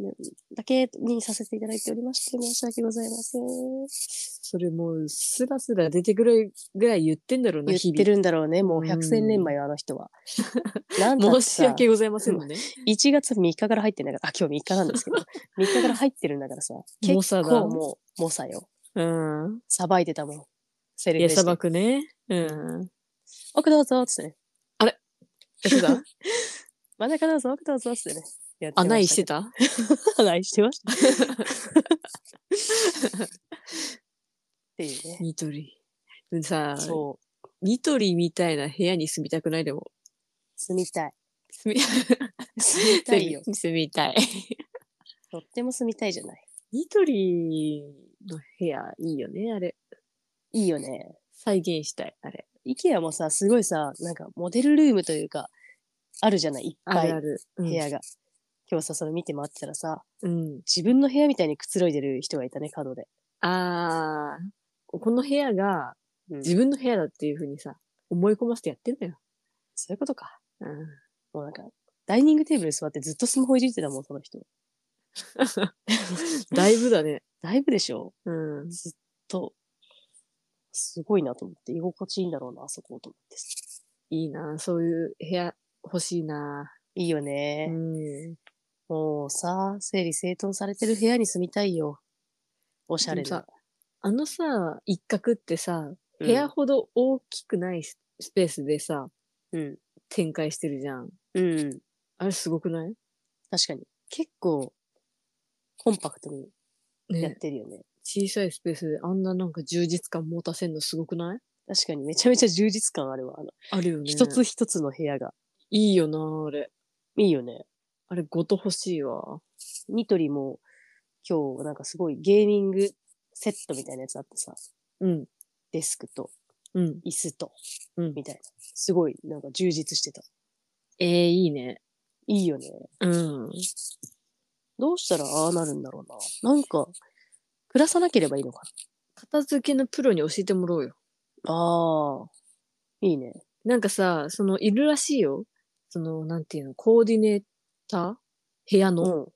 A: だけにさせていただいておりまして、申し訳ございません。
B: それもう、スラスラ出てくるぐらい言ってんだろうな、
A: 言っ
B: 日
A: て
B: 々。
A: るんだろうね、もう百戦錬磨よ、あの人は。なんだって
B: 申
A: さ
B: し訳ございませんのね。
A: 1月3日から入ってんだから、あ、今日3日なんですけ ど、3日から入ってるんだからさ、
B: 猛
A: 結
B: 者だ
A: 構もう、猛者よ。
B: うん。
A: さばいてたもん。セレブ
B: いや、
A: で
B: 砂
A: した。
B: 漠ね。うん。
A: 奥どうぞ、つってね。
B: えそうだ
A: 真ん中どうぞ、奥どうぞ、つってね。やってま
B: 穴いし
A: した
B: て
A: け ど。
B: た
A: ないしてました。っていうね。
B: ニトリ。でもさ、
A: そう。
B: ニトリみたいな部屋に住みたくないでも。
A: 住みたい。
B: 住 み、。
A: 住みたいよ
B: 住みたい。
A: とっても住みたいじゃない。
B: ニトリの部屋、いいよね、あれ。
A: いいよね。
B: 再現したい、あれ。
A: IKEA もさ、すごいさ、なんかモデルルームというか、あるじゃない、いっぱ
B: あ
A: い
B: るある。
A: 部
B: うん
A: 屋が。今日さ、それ見て回ってたらさ、
B: うん。
A: 自分の部屋みたいにくつろいでる人がいたね、角で。
B: あー、この部屋が
A: うん
B: 自分の部屋だっていうふうにさ、思い込ませてやってんだよ。
A: そういうことか。
B: うん。
A: もうなんか、ダイニングテーブル座ってずっとスマホいじってたもん、その人。
B: だいぶだね。
A: だいぶでしょ
B: うん。
A: ずっと。すごいなと思って、居心地いいんだろうな、あそこと思ってさ。
B: いいな、そういう部屋欲しいな。
A: いいよ
B: う
A: ね。
B: ん。
A: もうさ、整理整頓されてる部屋に住みたいよ。おしゃれ
B: でも
A: な
B: さ。あのさ、一角ってさ、
A: うん
B: 部屋ほど大きくないススペースでさ、
A: うん。
B: 展開してるじゃん。
A: うん。
B: あれすごくない
A: 確かに。結構、コンパクトにやっ
B: ね。
A: てるよね。
B: 小さいスペースであんななんか充実感持たせんのすごくない
A: 確かに、めちゃめちゃ充実感あるわ。あの、
B: あるよね。
A: 一つ。一つの部屋が。
B: いいよな、あれ。
A: いいよね。
B: あれごと欲しいわ。
A: ニトリも、今日、なんかすごいゲーミングセットみたいなやつあってさ、
B: うん。
A: デスクと
B: うん。
A: 椅子と、
B: うん
A: みたいな。すごい、なんか充実してた。
B: ええいいね。
A: いいよね。
B: うん。
A: どうしたらああなるんだろうな。なんか、暮らさなければいいのか
B: 片付けのプロに教えてもらおうよ。
A: な。ああ、いいね。
B: なんかさ、その、いるらしいよ。その、なんていうの、コーディネーター部屋
A: う
B: の。
A: ん。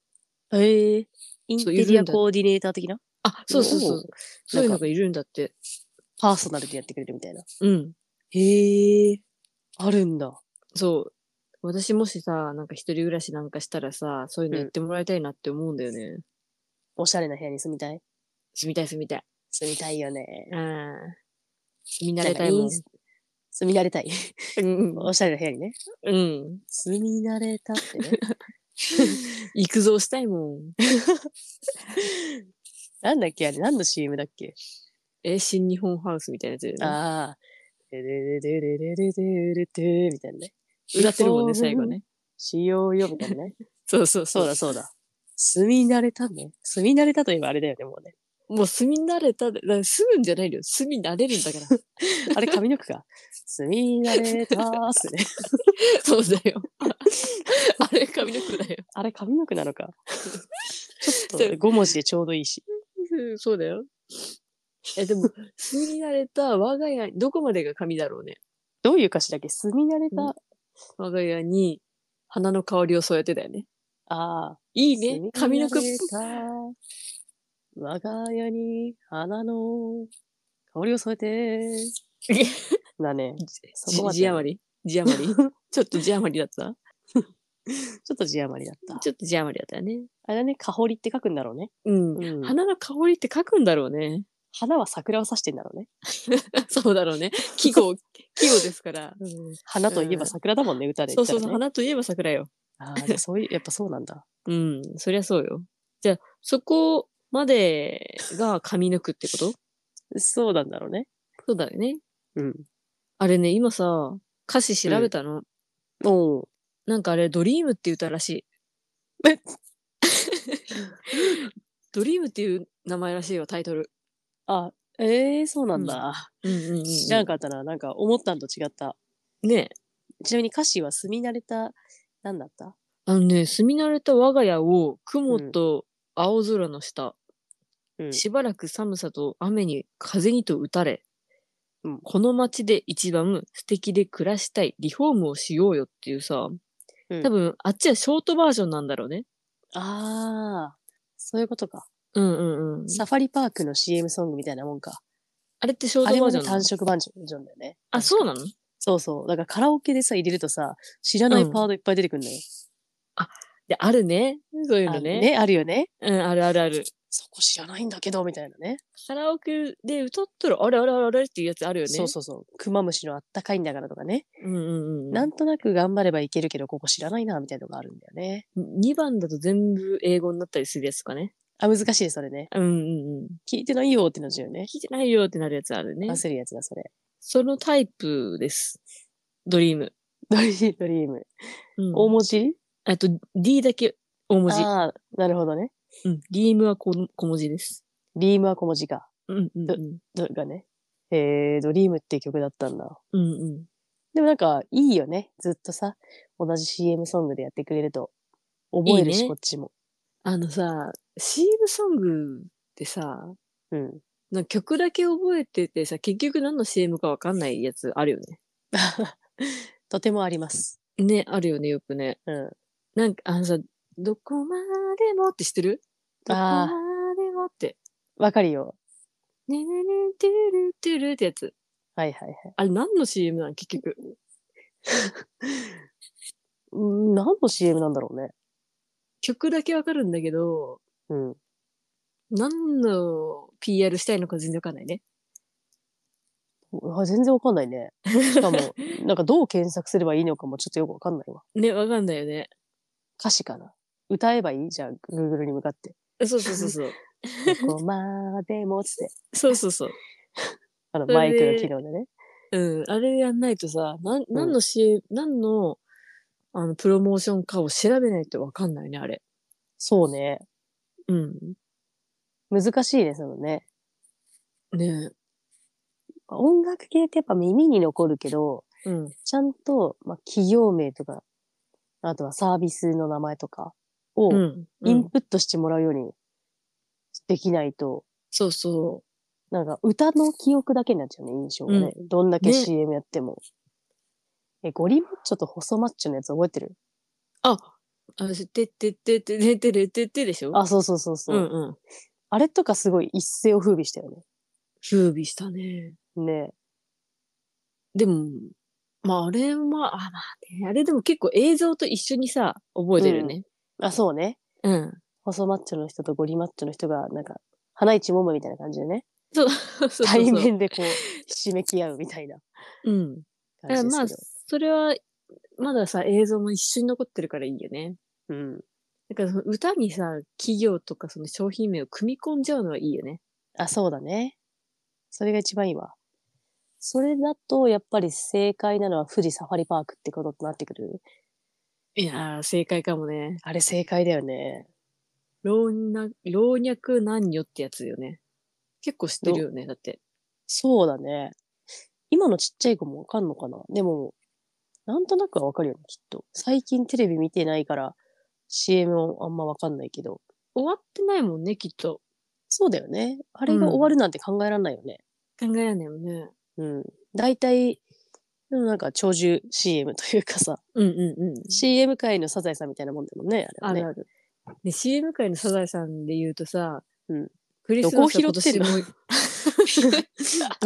A: へえイン
B: そう
A: テリ
B: いる
A: ア
B: んだ
A: コーディネーター的な
B: あ、そうそうそ
A: おう
B: う。そういうのがいるんだって。
A: パーソナルでやってくれるみたいな。
B: うん。
A: へえ、あるんだ。
B: そう。私もしさ、なんか一人暮らしなんかしたらさ、そういうの
A: うん
B: やってもらいたいなって思うんだよね。
A: おしゃれな部屋に住みたい
B: 住みたい住みたい。
A: 住みたいよね。
B: うん。住み慣れ
A: なんか
B: たい
A: イ
B: もん
A: ン。ス住み慣れたい。
B: うん
A: おしゃれな部屋にね。
B: うん。
A: 住み慣れたってね。
B: 育造したいもん。
A: なんだっけあれ、何の CM だっけ
B: え、新日本ハウスみたいなやつだよね。
A: ああ。ルルルルルルルルルトゥーみたいなね。
B: 歌ってるもんね、最後ね。
A: しようよみたいなね。
B: そうそう
A: そうだそうだ。住み慣れたね。住み慣れたといえばあれだよね、もうね。
B: もう住み慣れたで、だから住むんじゃないよ。住み慣れるんだから。
A: あれ、髪の毛か。住み慣れたーっすね。
B: そうだよ。 あれ、髪の毛だ よ。
A: あれ、髪の毛なのか。ちょっと5文字でちょうどいいし。
B: そうだよ。え、でも、住み慣れた我が家、どこまでが髪だろうね。
A: どういう歌詞だっけ住み慣れた。
B: うん我が家に花の香りを添えてだよね。
A: ああ。
B: いい
A: 住
B: ね
A: み。慣
B: 髪の毛っぽ
A: れた我が家に花の香りを添え て。
B: いや
A: だね。そこま
B: じ
A: で
B: 字余り字余 りちょっと字余りだった
A: ちょっと字余りだった。
B: ちょっと字余りだったよね。
A: あれだね、香りって書くんだろうね。
B: うん。
A: うん
B: 花の香りって書くんだろうね。
A: 花は桜を指してんだろうね。
B: そうだろ うね。季語、季語ですから。
A: 花といえば桜だもんね、歌で言
B: そう
A: った
B: そ
A: ら、
B: う
A: ね。
B: そう、花といえば桜よ。
A: ああ、じゃあそういう、やっぱそうなんだ。
B: うん、そりゃそうよ。じゃあ、そこまでが髪抜くってこと
A: そうなんだろうね。
B: そうだよね。
A: うん。
B: あれね、今さ、歌詞調べたの。
A: おう
B: なんかあれ、ドリームっていう歌らしい。
A: え
B: ドリームっていう名前らしいよ、タイトル。
A: あ、ええそうなんだ。
B: うんうんうんうん
A: 知らんかったな。なんか思ったんと違った。
B: ねえ
A: ちなみに歌詞は住み慣れた、なんだった
B: あのね、住み慣れた我が家を雲と青空の下、
A: うん
B: しばらく寒さと雨に風にと打たれ、
A: うん
B: この街で一番素敵で暮らしたい、リフォームをしようよっていうさ、
A: うん
B: 多分あっちはショートバージョンなんだろうね。
A: ああ、そういうことか。
B: うんうんうん。
A: サファリパークの CM ソングみたいなもんか。
B: あれってショー
A: あ
B: ト
A: れ
B: バ
A: も
B: ージ
A: ね
B: ョンなの
A: 単色バージョンだよね。
B: あ、そうなの
A: そうそう。だからカラオケでさ、入れるとさ、知らない
B: うん
A: パートいっぱい出てくるんだよ。
B: で、あるね。そういう
A: あ
B: の
A: る
B: ね。
A: ね、あるよね。
B: うん、あるあるある。
A: そこ知らないんだけど、みたいなね。
B: カラオケで歌ったら、あれあれあれあれっていうやつあるよね。
A: そうそうそう。クマムシのあったかいんだからとかね。
B: うんうんうん。
A: なんとなく頑張ればいけるけど、ここ知らないな、みたいなのがあるんだよね。
B: 2番だと全部英語になったりするやつとかね。
A: あ、難しいね、それね。
B: うんうんうん。
A: 聞いてないよってのじよね。
B: 聞いてないよってなるやつあるね。
A: 焦るやつだ、それ。
B: そのタイプです。ドリーム。
A: ドリードリーム。
B: うん
A: 大文字
B: あと D だけ大文字。
A: ああ、なるほどね。
B: うん。リームは小小文字です。
A: リームは小文字か。
B: うんうんうん。
A: どれがね。えー、ドリームっていう曲だったんだ。
B: うんうん。
A: でもなんか、いいよね。ずっとさ、同じ CM ソングでやってくれると、覚えるし、
B: いいね
A: こっちも。
B: あのさ、CM ソングってさ、
A: うん。
B: なんか曲だけ覚えててさ、結局何の CM かわかんないやつあるよね。
A: とてもあります。
B: ね、あるよね、よくね。
A: うん。
B: なんか、あのさ、どこまでもって知ってるどこ
A: あ
B: ま
A: ー
B: でもって。
A: わかるよ。
B: ねねね、トゥルトゥルってやつ。
A: はいはいはい。
B: あれ何の CM なん結局。
A: うん何の CM なんだろうね。
B: 曲だけわかるんだけど、
A: うん。
B: 何の PR したいのか全然わかんないね。
A: あ全然わかんないね。し かも、なんかどう検索すればいいのかもちょっとよくわかんないわ。
B: ね、わかんないよね。
A: 歌詞かな。歌えばいいじゃあ、Google に向かって。
B: そうそうそうそう。
A: どこまでもっつって。
B: そうそうそう。
A: あの、
B: それで
A: マイクの機能でね。
B: うん、あれやんないとさ、なん、何の CM、何の、あの、プロモーションかを調べないとわかんないね、あれ。
A: そうね。
B: うん。
A: 難しいね、そのね。
B: ね
A: 音楽系ってやっぱ耳に残るけど、
B: うん。
A: ちゃんと、まあ、企業名とか、あとはサービスの名前とかを
B: うん。う
A: イン
B: ん。
A: プットしてもらうようにできないと、
B: そうそ
A: なんか歌の記憶だけになっちゃうね、印象がね。どんだけ
B: ね
A: CM やっても。え、ゴリマッチョと細マッチョのやつ覚えてる
B: う。あ、てってってってててれてってでしょ
A: あ、そうそうそうそうう、
B: んうん。
A: あれとかすごい一世を風靡したよ
B: 風靡したね。
A: ね。ね
B: でも、まああれは、あ、まあね、あれでも結構映像と一緒にさ、覚えてるね。
A: あ、そうね。
B: うん。
A: 細マッチョの人とゴリマッチョの人が、なんか、花一もむみたいな感じでね。
B: そうそうそうそう。
A: 対面でこう、ひしめき合うみたいな
B: うん。だ
A: 感
B: から
A: じですけど。
B: まあ、それは、まださ、映像も一緒に残ってるからいいよね。
A: うん。
B: だからその歌にさ、企業とかその商品名を組み込んじゃうのはいいよね。
A: あ、そうだね。それが一番いいわ。それだと、やっぱり正解なのは富士サファリパークってことになってくる。
B: いやー、正解かもね。
A: あれ正解だよね。
B: 老若老若男女ってやつよね。結構知ってるよね、だって。
A: そうだね。今のちっちゃい子もわかんのかなでも、なんとなくはわかるよね、きっと。最近テレビ見てないから、CM もあんまわかんないけど。
B: 終わってないもんね、きっと。
A: そうだよね。あれが終わるなんて考えられないよね。
B: 考えられないもんね。
A: うん。大体、でもなんか長寿 CM というかさ、
B: うんうんうん。
A: CM 界のサザエさんみたいなもんだもんね、あ
B: あ
A: れ
B: る
A: は
B: あ
A: ね。
B: る。で、CM 界のサザエさんで言うとさ、
A: うん
B: クリスマスは今年も
A: どこを拾っど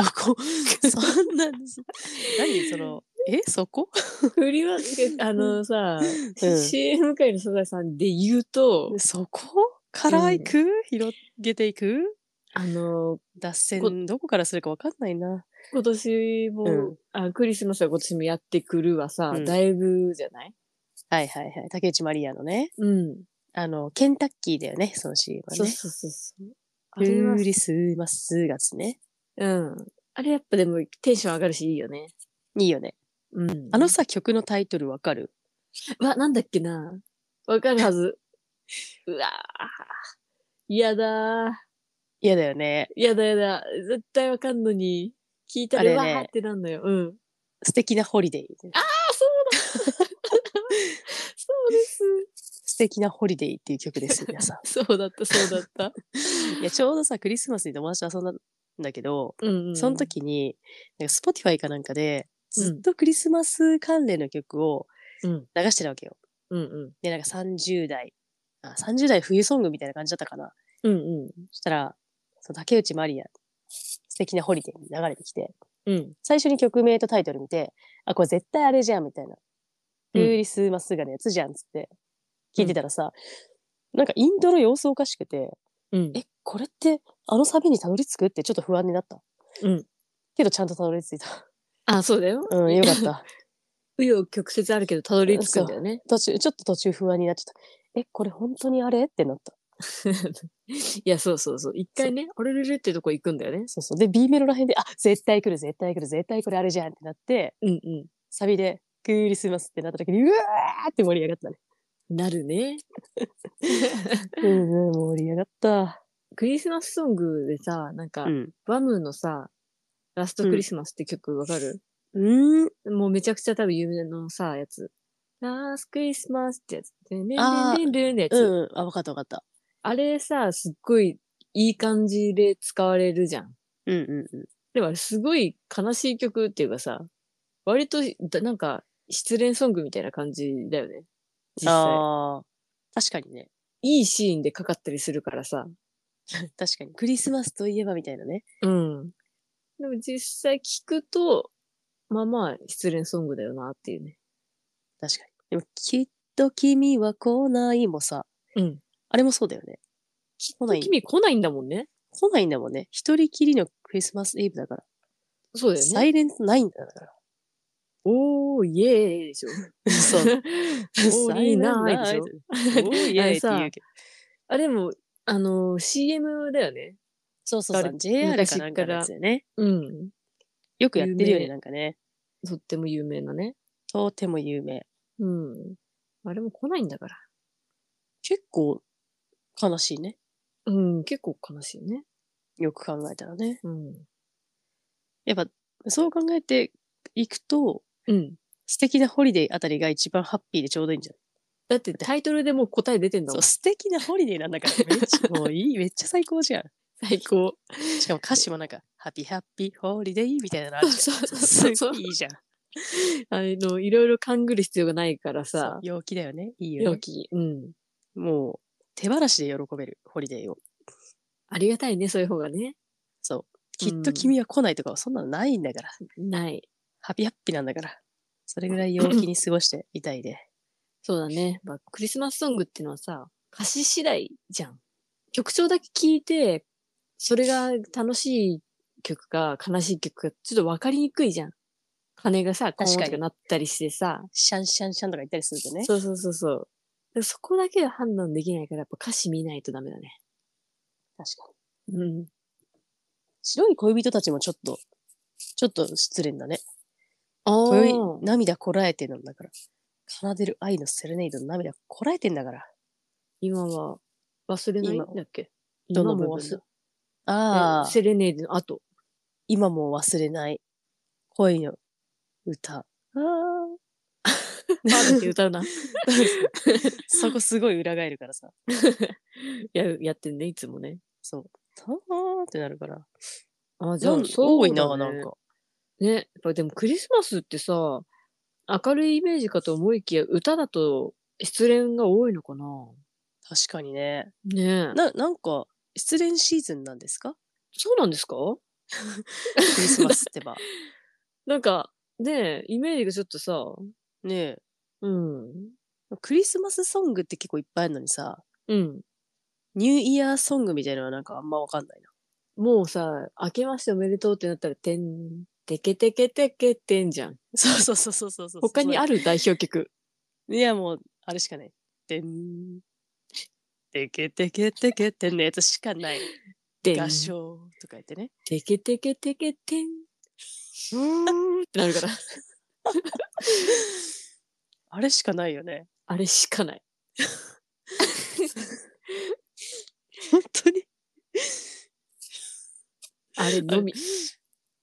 A: こ そんな、そ何その、えそこ
B: クリマあのさ、
A: うん
B: CM 界のサザエさんで言うと、
A: そこから行く広げていく
B: あの、
A: 脱
B: こ
A: 線、どこからするかわかんないな。
B: 今年も、
A: うん
B: あ、クリスマスは今年もやってくるはさ、
A: うん
B: だいぶじゃない
A: はいはいはい。竹内まりやのね。
B: うん。
A: あの、ケンタッキーだよね、その CM は
B: そう
A: ね。
B: そうそうそう。あ
A: ク
B: れは、
A: ーリスマス月ね。
B: うん。あれやっぱでもテンション上がるしいいよね。
A: いいよね。
B: うん。
A: あのさ、曲のタイトルわかる
B: わ、なんだっけな。わかるはず。うわぁ。やだー。
A: 嫌だよね。
B: やだやだ。絶対わかんのに。聞いた
A: あ
B: ら、
A: れ
B: う
A: ね
B: わーってなんのよ。うん。
A: 素敵なホリデー。
B: そうで
A: 素敵なホリデー っていう曲です、皆さん。
B: す。そうだった、そうだった。
A: いや、ちょうどさ、クリスマスに友達と遊んだだけど、
B: うんうん
A: その、時に、なんか Spotify かなんかで、ずっとクリスマス関連の曲を
B: うん、
A: 流してたわけよ。
B: うんうん。
A: で、なんか30代、あ30代冬ソングみたいな感じだったかな。
B: うんうん。
A: そしたら、その竹内まりや、素敵なホリデーに流れてきて、
B: うん。
A: 最初に曲名とタイトル見て、あ、これ絶対あれじゃん、みたいな。
B: うん
A: クリスマスがのやつじゃん、つって、聞いてたらさ、なんかイントロ様子おかしくて、
B: うん。
A: え、これってあのサビにたどり着くってちょっと不安になった。
B: うん。
A: けどちゃんとたどり着いた。
B: あ、そうだよ。
A: うん、よかった。
B: 紆余曲折あるけど、たどり着くんだよね。
A: 途中、ちょっと途中不安になっちゃった。え、これ本当にあれってなった。
B: いや、そうそうそう。一回ね、あれれれってとこ行くんだよね。
A: そうそう。で、B メロらへんで、あ、絶対来る、絶対来る、絶対これあれじゃんってなって、
B: うんう
A: サビでクリスマスってなった時に、うわーって盛り上がったね。
B: ん。なるね。
A: うん、うん、盛り上がった。
B: クリスマスソングでさ、なんか、
A: うん。
B: バムのさ、ラストクリスマスって曲わかる、
A: うん。
B: もうめちゃくちゃ多分有名のさ、やつ。ラスクリスマスってやつ。でね
A: あー
B: ねんねんねんねんってやつ。
A: うん。あ、わかったわかった。
B: あれさ、すっごいいい感じで使われるじゃん。
A: うんうんうん。
B: でもあれすごい悲しい曲っていうかさ、割とだなんか失恋ソングみたいな感じだよね。実際。
A: ああ。確かにね。
B: いいシーンでかかったりするからさ。
A: 確かに。クリスマスといえばみたいなね。
B: うん。でも実際聞くと、まあまあ失恋ソングだよなっていうね。
A: 確かに。でも、きっと君は来ないもさ、
B: うん。
A: あれもそうだよね。来ない、
B: 君来ないんだもんね。
A: 来ないんだもんね。一人きりのクリスマスイブだから。
B: そうだよ
A: サ
B: ね。
A: イレントないんだから。
B: おー、イエーイでしょ。
A: そう。
B: サイレントないでしょ。
A: ょ。お いやいって言うけど。
B: あ、でも、あのー、CM だよね。
A: そうそうそう。JR かなんかのやつだよね。
B: うん。
A: よくやってるよ
B: 有名
A: ね、なんかね。
B: とっても有名なね。
A: とても有名。
B: うん。あれも来ないんだから。
A: 結構悲しいね。
B: うん、結構悲しいね。
A: よく考えたらね。
B: うん。
A: やっぱ、そう考えていくと、
B: うん。
A: 素敵なホリデーあたりが一番ハッピーでちょうどいいんじゃない
B: だってタイトルでもう答え出てんだ
A: そ
B: もん
A: う、。素敵なホリデーなんだから、めっちゃ、もう いい、めっちゃ最高じゃん。
B: 最高。
A: しかも歌詞もなんか、ハッピーハッピーホリデーみたいなのあるじ
B: そう
A: ゃ
B: そ
A: ん。
B: うそ
A: す
B: うそう
A: ごいいいじゃん。
B: あの、いろいろ勘ぐる必要がないから
A: さ
B: さ、
A: 陽気だよね。いいよ
B: 陽
A: ね。
B: 気。うん。
A: もう、手放しで喜べるホリデーを。
B: ありがたいね、そういう方がね。
A: そう。きっ
B: うん
A: と君は来ないとかはそんなのないんだから。
B: ない。
A: ハッピーハッピーなんだから。それぐらい陽気に過ごしていたいで。
B: そうだね。まあ、クリスマスソングっていうのはさ、歌詞次第じゃん。曲調だけ聴いて、それが楽しい曲か悲しい曲か、ちょっと分かりにくいじゃん。鐘がさ、コ
A: 確
B: ー
A: か
B: ン
A: に
B: とかなったりしてさ、
A: シャンシャンシャンとか言ったりするとね。
B: そうそうそうそう。でそこだけで判断できないから、やっぱ歌詞見ないとダメだね。
A: 確かに。
B: うん。
A: 白い恋人たちもちょっと、ちょっと失恋だね。
B: あ
A: こよい
B: あ。
A: 涙こらえてなんだから。奏でる愛のセレネイドの涙こらえてんだから。
B: 今は忘れないん
A: 今
B: だっけ
A: どの
B: 今
A: 部
B: も
A: 分
B: 忘れ
A: だああ、
B: セレネーデの後。
A: 今も忘れない。恋の歌。あー
B: パーって歌うな。い
A: そこすごい裏返るからさ。
B: や、やってんね、いつもね。
A: そう。たーってなるから。
B: あ、じゃあ、
A: なん
B: そう
A: 多
B: だ
A: い
B: ね
A: な、なんか。
B: ね、やっぱでもクリスマスってさ、明るいイメージかと思いきや、歌だと失恋が多いのかな
A: 確かにね。
B: ねえ。
A: な、なんか、失恋シーズンなんですか
B: そうなんですか
A: クリスマスって ば。
B: なんか、ねえ、イメージがちょっとさ、
A: ねえ。
B: うん。
A: クリスマスソングって結構いっぱいあるのにさ、
B: うん。
A: ニューイヤーソングみたいなのはなんかあんまわかんないな。
B: もうさ、明けましておめでとうってなったら、てん、てけてけてけてんじゃん。
A: そうそうそうそうそうそう。
B: 他にあ
A: る
B: る代 表曲。
A: いやもう、あれしかない。てん。てけてけてけてんのやつしかない。
B: てん
A: 合唱とか言ってね。
B: てけてけてけてん。うーんってな るから。
A: あれしかないよね。
B: あれしかない。
A: 本当に。
B: あれのみ。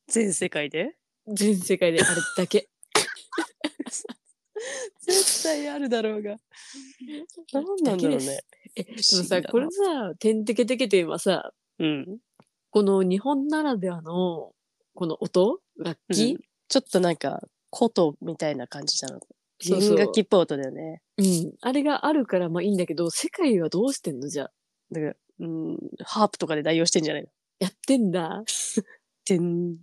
A: 全世界で
B: 全世界であれ だけ。
A: 絶対あるだろうが。なんなんだろうね。
B: え、でも
A: 不思議だ
B: さ、
A: な
B: これさ、てんてけてけてんはさ、
A: うん。
B: この日本ならではの、この音楽器、
A: うんちょっとなんか、琴みたいな感じじゃなくて、
B: そうそう
A: 弦楽器っぽい音だよね。
B: うん。あれがあるからまあいいんだけど、世界はどうしてんのじゃあ
A: だから、うん、ハープとかで代用してんじゃないの
B: やってんだ。
A: てん。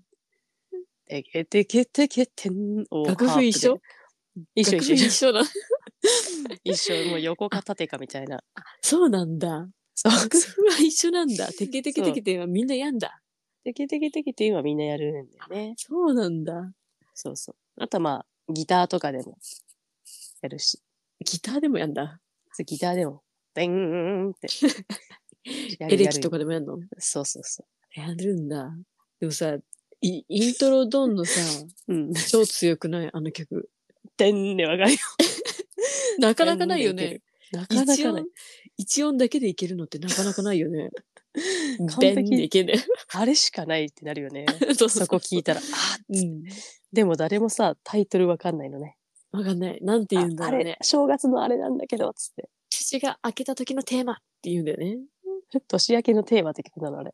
A: てけてけてけてんをハープ
B: 楽
A: で。
B: 譜一緒
A: 一緒
B: 楽譜
A: 一緒
B: 一緒 だ。
A: 一緒。もう横か縦かみたいな。
B: そうなんだ。
A: そう。
B: 楽譜は一緒な んだ。テケテケテケテはみんなやんだ。
A: てけてけてけて今みんなやるんだよね。
B: そうなんだ。
A: そうそう。あとはまあ、ギターとかでもやるし。
B: ギターでもやんだ。
A: そうギターでも、てんって。やる
B: エレキと。かでもやん
A: や
B: の
A: るそうそうそ
B: やるんだ。でもさ、イイントロドンのさ、
A: う。うん。
B: 超強くないあの曲。
A: てんでわかるよ。
B: なかなかないよ
A: いけ
B: ね
A: る。なかな
B: 一
A: かない
B: 音。、一音だけでいけるのってなかなかないよね。
A: 完
B: ベンでい
A: 璧。
B: け ね
A: あれしかないってなるよね。
B: え。そう
A: そこ聞いたら。あ
B: うん。
A: でも誰もさ、タイトルわかんないのね。
B: わかんない。なんて言うんだろうね
A: ああれ。正月のあれなんだけど、つって。
B: 父が開けた時のテーマって言うんだよね。
A: 年明けのテーマって曲な の、あれ。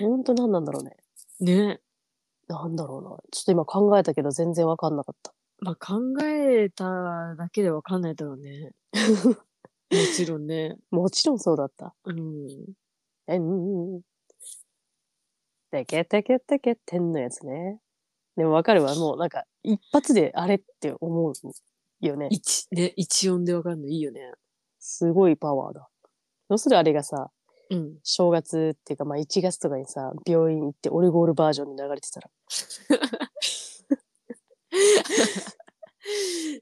A: ほんと何なんだろうね。
B: ね。
A: なんだろうな。ちょっと今考えたけど全然わかんなかった。
B: まあ考えただけでわかんないだろう ね。もちろんね。
A: もちろんそうだった。
B: うん。
A: えん。てけてけてけてんのやつね。でもわかるわ。もうなんか、一発であれって思うよね。
B: 一、ね、一音でわかんない。いいよね。
A: すごいパワーだ。どうするあれがさ、
B: うん。
A: 正月っていうか、まあ1月とかにさ、病院行ってオルゴールバージョンに流れてたら。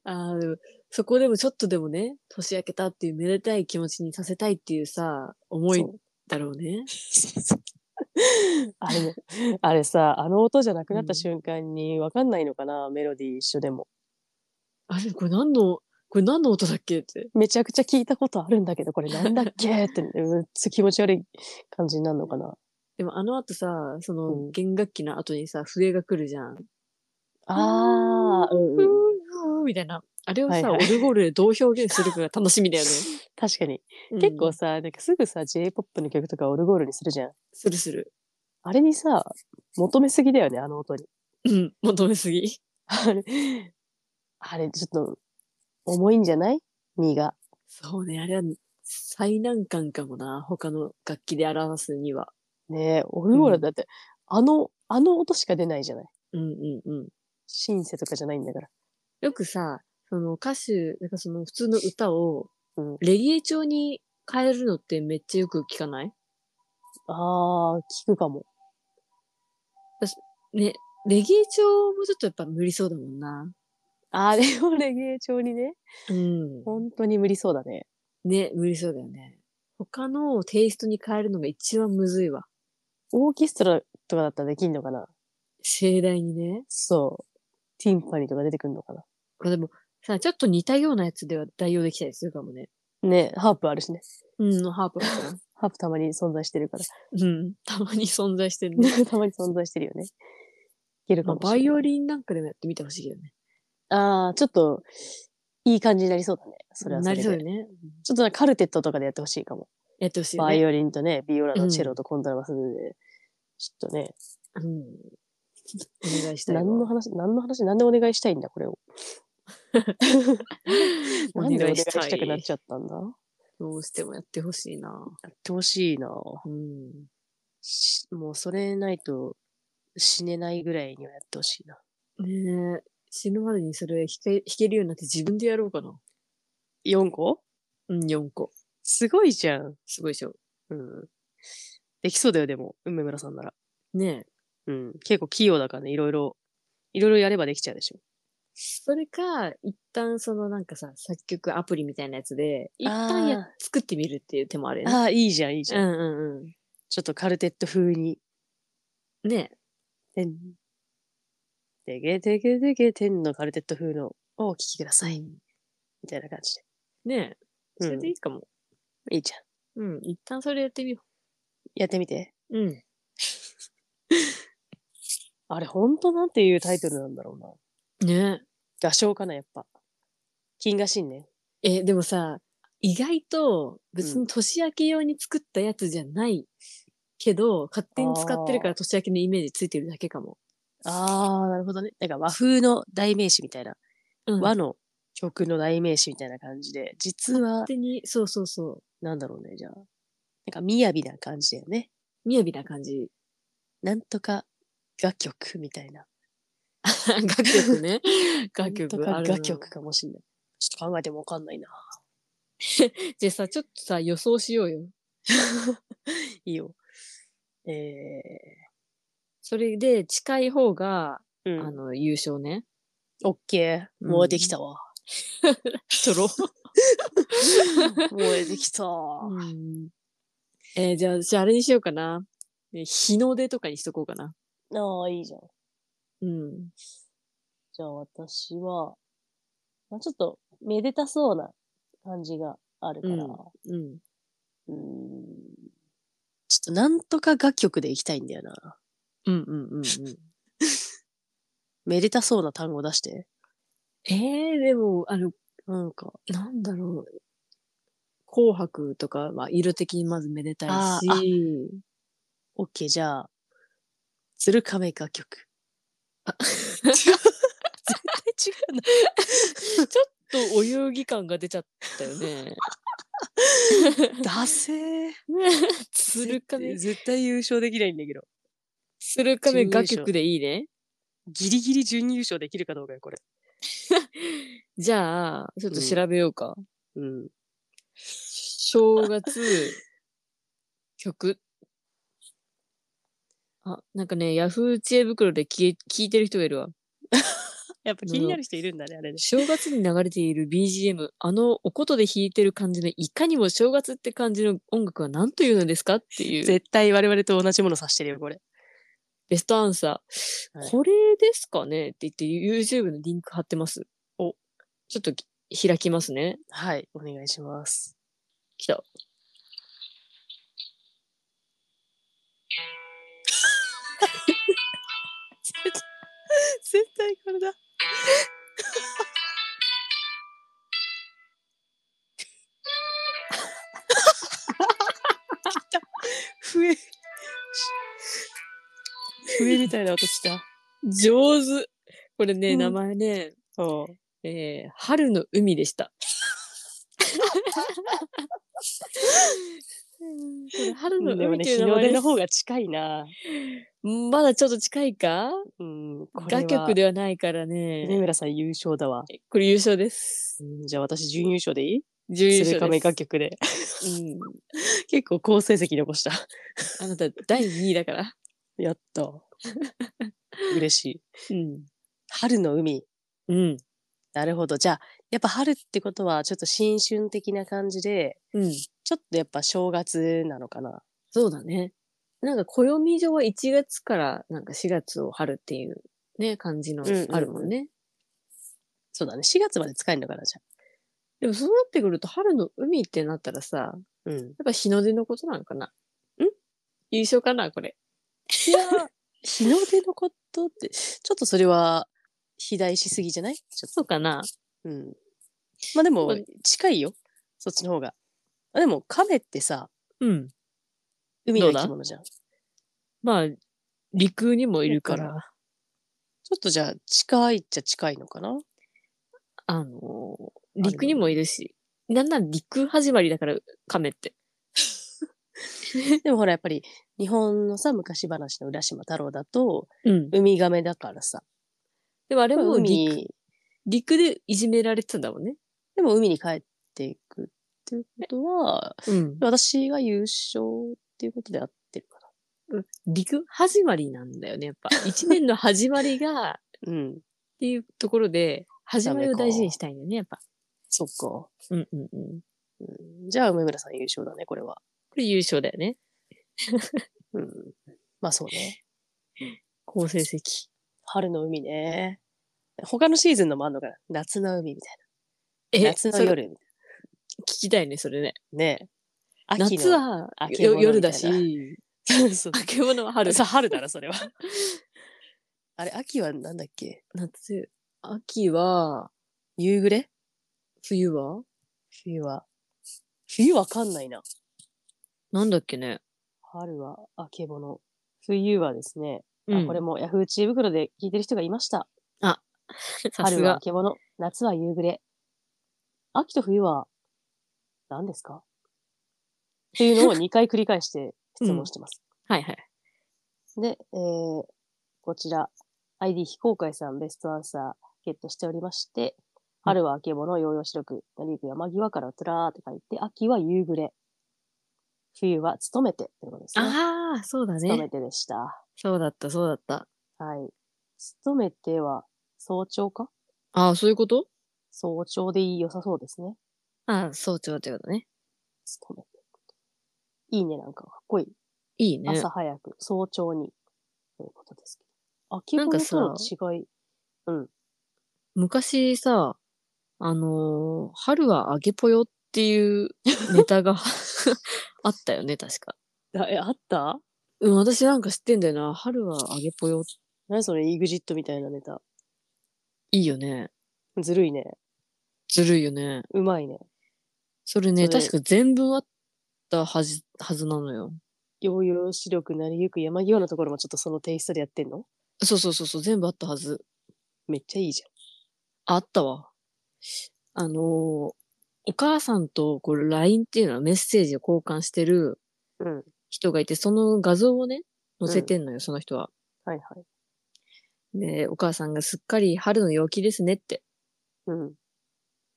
B: あーでもそこでもちょっとでもね、年明けたっていうめでたい気持ちにさせたいっていうさ、思い
A: そう
B: だろうね。
A: あれね、あれさ、あの音じゃなくなっ
B: うん
A: た瞬間にわかんないのかな、メロディー一緒でも。
B: あれ、これ何の、これ何の音だっけって。
A: めちゃくちゃ聞いたことあるんだけど、これなんだっけって、うんつ気持ち悪い感じになるのかな。
B: でもあの後さ、そうの
A: ん
B: 弦楽器の後にさ、笛が来るじゃん。
A: ああ、うん
B: ふー
A: うん、
B: ふーみたいな。あれをさ、
A: はいはい
B: オルゴールでどう表現するかが楽しみだ よね。
A: 確かに。
B: うん
A: 結構さ、なんかすぐさ、J-POP の曲とかオルゴールにするじゃん。
B: するする。
A: あれにさ、求めすぎだよね、あの音に。
B: うん、求めすぎ。
A: あれ、あれちょっと、重いんじゃない身が。
B: そうね、あれは最難関かもな、他の楽器で表すには。
A: ねえ、オルゴールだって、あの、あの音しか出ないじゃない。
B: うんうんうん。
A: シンセとかじゃないんだから。
B: よくさ、その歌手、なんかその普通の歌を
A: うん
B: レゲエ調に変えるのってめっちゃよく聞かない
A: ああ、聞くかも。
B: ね、レゲエ調もちょっとやっぱ無理そうだもんな。
A: あれをレゲエ調にね、
B: うん。
A: 本当に無理そうだね。
B: ね、無理そうだよね。他のテイストに変えるのが一番むずいわ。
A: オーケストラとかだったらできんのかな
B: 盛大にね。
A: そう。ティンパニーとか出てくるのかな
B: まあでも、さ、ちょっと似たようなやつでは代用できたりするかもね。
A: ねハープあるしね。
B: うん、のハープだったら。
A: ハープたまに存在してるから。
B: うん、たまに存在してるね。
A: たまに存在してるよね。いけるか
B: まあ、
A: も
B: バ
A: しれ
B: イ
A: ない。
B: オリンなんかでもやってみてほしいよね。
A: ああー、ちょっと、いい感じになりそうだね。それはそ
B: な
A: れ
B: り
A: で。
B: そうよね。
A: ちょっとなんかカルテットとかでやってほしいかも。
B: やってほしいよ
A: バイ
B: ね。
A: オリンとね、ビオラのチェロとコントラバスで、ちょっとね、
B: うん。お願 いしたいわ。
A: 何の話、何の話、何でお願いしたいんだ、これを。
B: お
A: なんでお
B: 願
A: 願
B: い
A: い
B: し
A: したたくなっ
B: い。
A: ちゃったんだ
B: どうしてもやってほしいな。
A: やってほしいな
B: うん。
A: しもうそれないと死ねないぐらいにはやってほしいな。
B: ねえ。死ぬまでにそれ弾け弾けるようになって自分でやろうかな。
A: 4個
B: うん、4個。
A: すごいじゃん。
B: すごいでしょ。
A: うん。できそうだよ、でも、梅村さんなら。
B: ねえ。
A: うん。結構器用だからね、いろいろ、いろいろやればできちゃうでしょ。
B: それか、一旦そのなんかさ、作曲アプリみたいなやつで、一
A: あ
B: 旦
A: ー
B: や作ってみるっていう手もあるよね。
A: ああ、いいじゃん、いいじ
B: う
A: ゃん。
B: んうんう
A: ちょっとカルテット風に。
B: ん。ねえ。
A: てん。てげてげてげてんのカルテット風のをお聴きください。みたいな感じで。
B: ねえ。
A: うん
B: それでいいかも。
A: いいじゃん。
B: うん、一旦それやってみよ
A: やってみて。
B: う。うん。
A: あれ、ほんとなんていうタイトルなんだろうな。
B: ね
A: 画唱かな、やっぱ。金河新年。
B: え。え、でもさ、意外と別に年明け用に作ったやつじゃないけど、勝手に使ってるから年明けのイメージついてるだけかも。
A: ああ、なるほどね。なんか和風の代名詞みたいな、
B: うん、
A: 和
B: 勝
A: の曲の代名詞みたいな感じで、実は、
B: 手に、そうそうそう。
A: なんだろうね、じゃあ。なんか雅な感じだよね。
B: 雅な感じ。
A: なんとか楽曲みたいな。
B: 楽曲 ね。楽曲
A: な
B: あ
A: んと
B: る
A: か
B: な
A: 楽曲かもしんない。ちょっと考えてもわかんないな。
B: じゃあさ、ちょっとさ、予想しようよ。
A: いいよ。え
B: それで近い方が、
A: ー、う
B: あ
A: ん。
B: の、優勝ね。
A: オッケー。
B: うん
A: 燃えてき たわ。
B: ソロ。
A: 燃えてきた。
B: うんえーじゃあ私あれにしようかな。ね日の出とかにしとこうかな。
A: ああ、いいじゃん。
B: うん。
A: じゃあ私は、まあ、ちょっとめでたそうな感じがあるから、う
B: うん。
A: ーん、ちょっとなんとか楽曲でいきたいんだよな。
B: うんうんうんうん。
A: めでたそうな単語出して。
B: えー、でも、あの、
A: なんか、
B: なんだろう。紅白とかは色的にまずめでたい
A: あ
B: し。
A: OK、じゃあ、鶴亀楽曲。絶対違うな。
B: ちょっとお遊戯感が出ちゃったよね。
A: ダセー。
B: 鶴亀、
A: 絶絶対優勝できないんだけど。
B: 鶴亀楽曲でいいね。
A: ギリギリ準優勝できるかどうかよ、これ。
B: じゃあ、ちょっと
A: うん
B: 調べようか。
A: うん。
B: 正月曲。あ、なんかね、ヤフー知恵袋で聞い聞いてる人がいるわ。
A: やっぱ気になる人いるんだね、あれね。
B: 正月に流れている BGM、あのお琴で弾いてる感じのいかにも正月って感じの音楽は何というのですかっていう
A: 絶対我々と同じもの指してるよ、これ。
B: ベストアンサー。
A: はい
B: これですかねって言って YouTube のリンク貼ってます。
A: お、
B: ちょっとき開きますね。
A: はい、お願いします。
B: 来 た。
A: 絶対これだ。笛。笛みたいな音した。
B: 上手。これね、
A: うん
B: 名前ね、
A: おう
B: えー春の海で した。これ春の
A: でも
B: 海っ
A: ね、
B: ていう
A: 日の
B: 名前
A: 出
B: で
A: の
B: す
A: 方が近いな。
B: まだちょっと近いか
A: うん、これは
B: 楽曲ではないからね
A: 根。村さん優勝だわ。
B: これ優勝です
A: う。んじゃあ私準優勝でいい
B: 準優
A: 鶴亀
B: 勝で
A: 楽
B: す。
A: 曲で。
B: うん、
A: 結構好成績残した。
B: あなた第2位だから。
A: や った。嬉しい。
B: うん。
A: 春の海。
B: うん。
A: なるほど。じゃあ、やっぱ春ってことは、ちょっと新春的な感じで、
B: うん。
A: ちょっとやっぱ正月なのかな。
B: そうだね。なんか暦上は1月からなんか4月を春っていうね、感じの
A: うんうんうん
B: あるもんね。
A: そうだね。4月まで使えるのかな、じゃ
B: でもそうなってくると春の海ってなったらさ、やっ
A: あ。うん。
B: ぱ日の出のことなのかな。ん優勝かなこれ。
A: いや、 日の出のことって、ちょっとそれは、肥大しすぎじゃないちょっ
B: そうかな
A: と。うん。まあでも
B: まあ、
A: 近いよ。そっちの方が。あでも、亀ってさ、
B: うん。
A: 海の
B: どう
A: 生
B: だ
A: き物じゃん。ち
B: まあ、陸にもいるか、
A: だからょっとじゃあ、近いっちゃ近いのかな
B: あのー、陸にもいるし、なんなら陸始まりだから、亀って。
A: でもほら、やっぱり、日本のさ、昔話の浦島太郎だと、
B: うん。
A: ウミガメだからさ。
B: でもあ
A: で
B: れ
A: も
B: も陸
A: 海、
B: 陸でいじめられてたんだもんね。
A: でも海に帰っていくっていうことは、
B: うん。
A: 私が優勝っていうことで合ってるか
B: 陸始まりなんだよね、やっぱ。一年の始まりが、っ
A: な。うん。
B: ていうところで、始まりを
A: ダメか
B: 大事にしたいんだよね、やっぱ。
A: そっか。
B: うんうんうん。
A: うん、じゃあ、梅村さん優勝だね、これは。
B: これ優勝だよね。
A: うん。まあそうね。
B: 好成績。
A: 春の海ね。他のシーズンのもあんのかな夏の海みたい
B: え
A: な。夏の
B: それ聞
A: 夜みたい
B: きたいね、それね。
A: な。ね秋の
B: 夏は
A: 明け物
B: よ夜
A: みたい
B: だ
A: な
B: し、
A: そうそう
B: 明け物は春。
A: さ春だな、 それは。あれ、秋はなんだっけ
B: 夏、秋は、
A: 夕暮れ
B: 冬は
A: 冬は。冬わかんないな。
B: なんだっけね。
A: 春はあけぼの。冬はですね、あ
B: うん
A: これもヤフー知恵袋で聞いてる人がいました。
B: さす
A: 春はあ
B: が。
A: けぼの、夏は夕暮れ。秋と冬は何ですかっていう のを2回繰り返して質問してます。
B: はいはい。
A: で、えーこちら、ID 非公開さんベストアンサーゲットしておりまして、春はあけぼの、ヨーヨー白く、成行山際からトラーって書いて、秋は夕暮れ、冬は勤めてということですね。
B: ああ、そうだ
A: 勤め
B: ね。
A: てでした。
B: そうだった、そうだった。
A: はい。勤めては早朝か
B: ああ、そういうこと
A: 早朝でいい良さそうですね。
B: ああ、早朝ってことね。
A: 勤めて。いいね、なんかかっこいい。
B: いいね。
A: 朝早く、早朝に。ということですけど。秋ぼ
B: なんか
A: の
B: さ
A: との違い。
B: 昔さ、あのー春は揚げぽよって いうネタがあったよね、確か。
A: あえ、あった
B: うん、私なんか知ってんだよな。春は揚げぽよ、
A: 何それ、イグジットみたいなネタ。
B: いいよね。
A: ずるいね。
B: ずるいよね。
A: うまいね。
B: それね、
A: それ
B: 確か全文あったはず、はずなのよ。
A: ヨーヨー視力なりゆく山際のところもちょっとそのテイストでやってんの
B: そうそうそうそう、全部あったはず。
A: めっちゃいいじ
B: あったわ。あのーお母さんとこう LINE っていうのはメッセージを交換してる
A: ゃん。うん。
B: 人がいて、その画像をね、載せてんのよ、その人は。
A: はいはい。
B: で、お母さんがすっかり春の陽気ですねって
A: うん。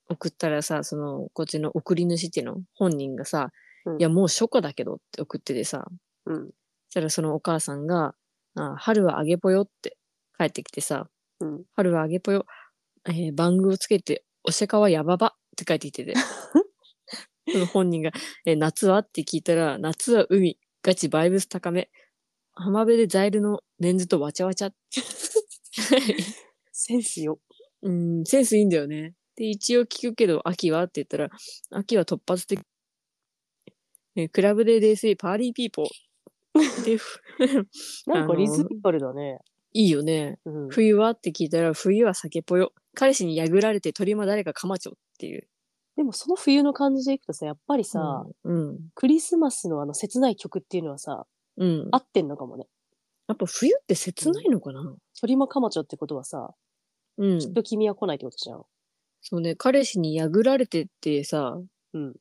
B: 送ったらさ、その、こっちの送り主っていうの本人がさ、
A: うん
B: いや、もう初夏だけどって送っててさ、
A: うん。
B: そしたらそのお母さんが、あ春はあげぽよって帰ってきてさ、
A: うん。
B: 春はあげぽよ、えー番組をつけて、おしゃかはやばばって書いてき てて。その本人が、えー夏はって聞いたら、夏は海、ガチバイブス高め、浜辺でザイルのレンズとわちゃ わちゃって。
A: センスよ。
B: うん、センスいいんだよね。で、一応聞くけど、秋はって言ったら、秋は突発的。えクラブで冷静、パーリーピーポー。で、ふ
A: なんかリズ
B: あの
A: ミカルだね。
B: いいよね。
A: うん。
B: 冬はって聞いたら、冬は酒ぽよ。彼氏にやぐられて鳥間誰かかまちょっていう。
A: でもその冬の感じでいくとさ、やっぱりさ、
B: うん。
A: クリスマスのあの切ない曲っていうのはさ、
B: うん。
A: 合ってんのかもね。
B: やっぱ冬って切ないのかな
A: 鳥間かまちょってことはさ、
B: うん
A: きっ。と君は来ないってことじゃん。
B: そうね、彼氏にやぐられてってさ、
A: うん。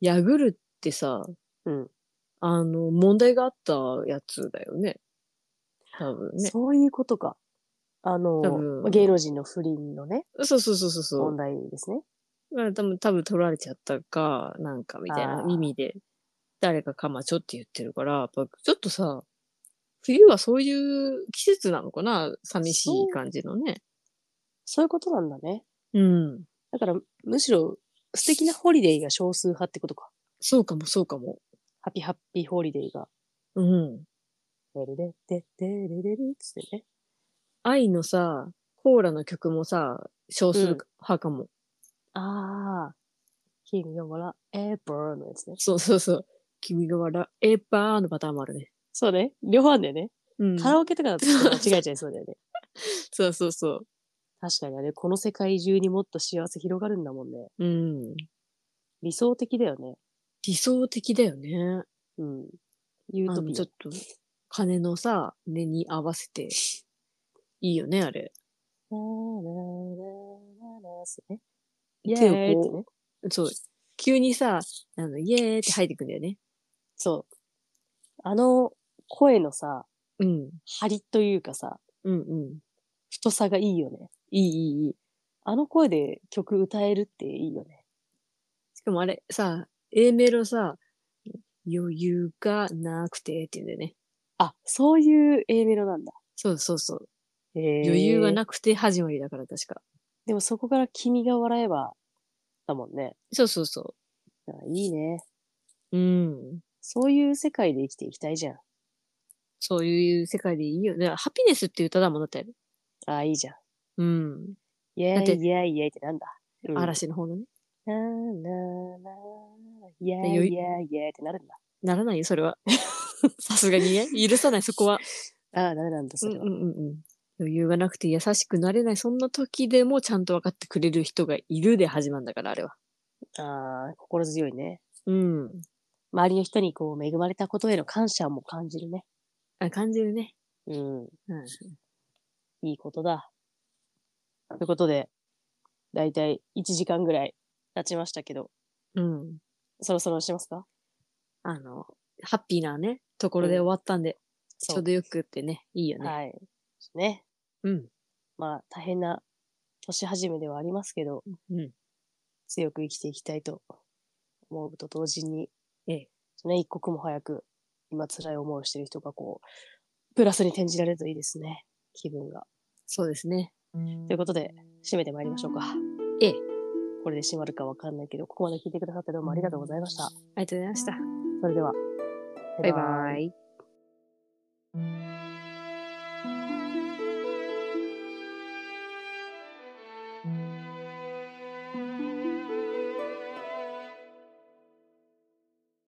B: やぐるってさ、
A: うん。
B: あの、問題があったやつだよね。多分ね。
A: そういうことか。あ
B: 多
A: の、
B: 分
A: まあ芸能人の不倫のね、
B: そうそうそうそうそう
A: 問。題ですね。
B: まあ、多分、多分取られちゃったか、なんかみたい
A: あ
B: な
A: ー
B: 意味で、誰かかまちょって言ってるから、やっぱちょっとさ、冬はそういう季節なのかな寂しい感じのね。
A: そういうことなんだね。
B: うん。
A: だから、むしろ、素敵なホリデーが少数派ってことか。
B: そうかも、そうかも。
A: ハピハッピーホリデーが。
B: うん。
A: レレレレレレレレっつってね。
B: 愛のさ、コーラの曲もさ、少数派かも。
A: ああ。君がもらえばのやつね。
B: そうそうそう。君が笑えばーのパターンもあるね。
A: そうね。両方あんだよね。
B: うん。
A: カラオケとかだとちょっと間違えちゃいそうだよね。
B: そう そうそ
A: 確かにあれ、この世界中にもっと幸せ広がるんだもんね。
B: う。うん。
A: 理想的だよね。
B: 理想的だよね。
A: うん。ユー
B: あ
A: ト
B: の
A: ピ
B: ちょ
A: ア
B: っ。と、鐘のさ、音に合わせて、いいよね、あれ。
A: ラーラーラーラーっすね。イ
B: 手
A: ェー
B: を
A: イって
B: こ
A: ね。
B: う、そう、急にさ、あの、イエーって入ってくんだよね。
A: そう。あの、声のさ、
B: うん。
A: 張りというかさ、
B: うんうん。
A: 太さがいいよね。
B: いいいいいい。
A: あの声で曲歌えるっていいよね。
B: しかもあれ、さ、A メロさ、余裕がなくてって言うんだよね。
A: あ、そういう A メロなんだ。
B: そうそうそう。
A: 余
B: 余裕が
A: い。
B: なくて始まりだから、確か。
A: でもそこから君が笑えば、だもんね。
B: そうそうそ
A: あいいね。
B: う。うん。
A: そういう世界で生きていきたいじゃん。
B: そういう世界でいいよね。ハピネスっていう歌だもんだって。
A: あいいじゃん。
B: うん。
A: イェ
B: だっ
A: ー
B: て
A: イイェーイイェーイってなんだ、うん、
B: 嵐の方のね。
A: なーなーなーイェー
B: よ
A: イ
B: い
A: イェーイイェーイってなるんだ。
B: ならないよ、それは。 さすがにね。許さない、そこは。
A: ああ、ダメなん だ、それは。
B: うんうんうんうん余裕がなくて優しくなれないそんな時でもちゃんと分かってくれる人がいるで始まるんだからあれは
A: ああ、心強いね。
B: うん。
A: 周りの人にこう恵まれたことへの感謝も感じるね。
B: あ、感じるね。
A: うん。
B: うん。
A: いいことだ。ということで、だいたい1時間ぐらい経ちましたけど、
B: うん。
A: そろそろしますか
B: あの、ハッピーなね、ところで終わったんで、ちょうどよくってね、いいよね。
A: はい。ね。
B: うん。
A: まあ、大変な年始めではありますけど、
B: うん。
A: 強く生きていきたいと思うと同時に、
B: ええ
A: ね、一刻も早く今辛い思いをしている人がこう、プラスに転じられるといいですね。気分が。
B: そうですね。
A: ということで、締めてまいりましょうか。
B: ええ
A: これで締まるかわかんないけど、ここまで聞いてくださってどうもありがとうございました。
B: ありがとうございました。
A: それでは、
B: バイバイ。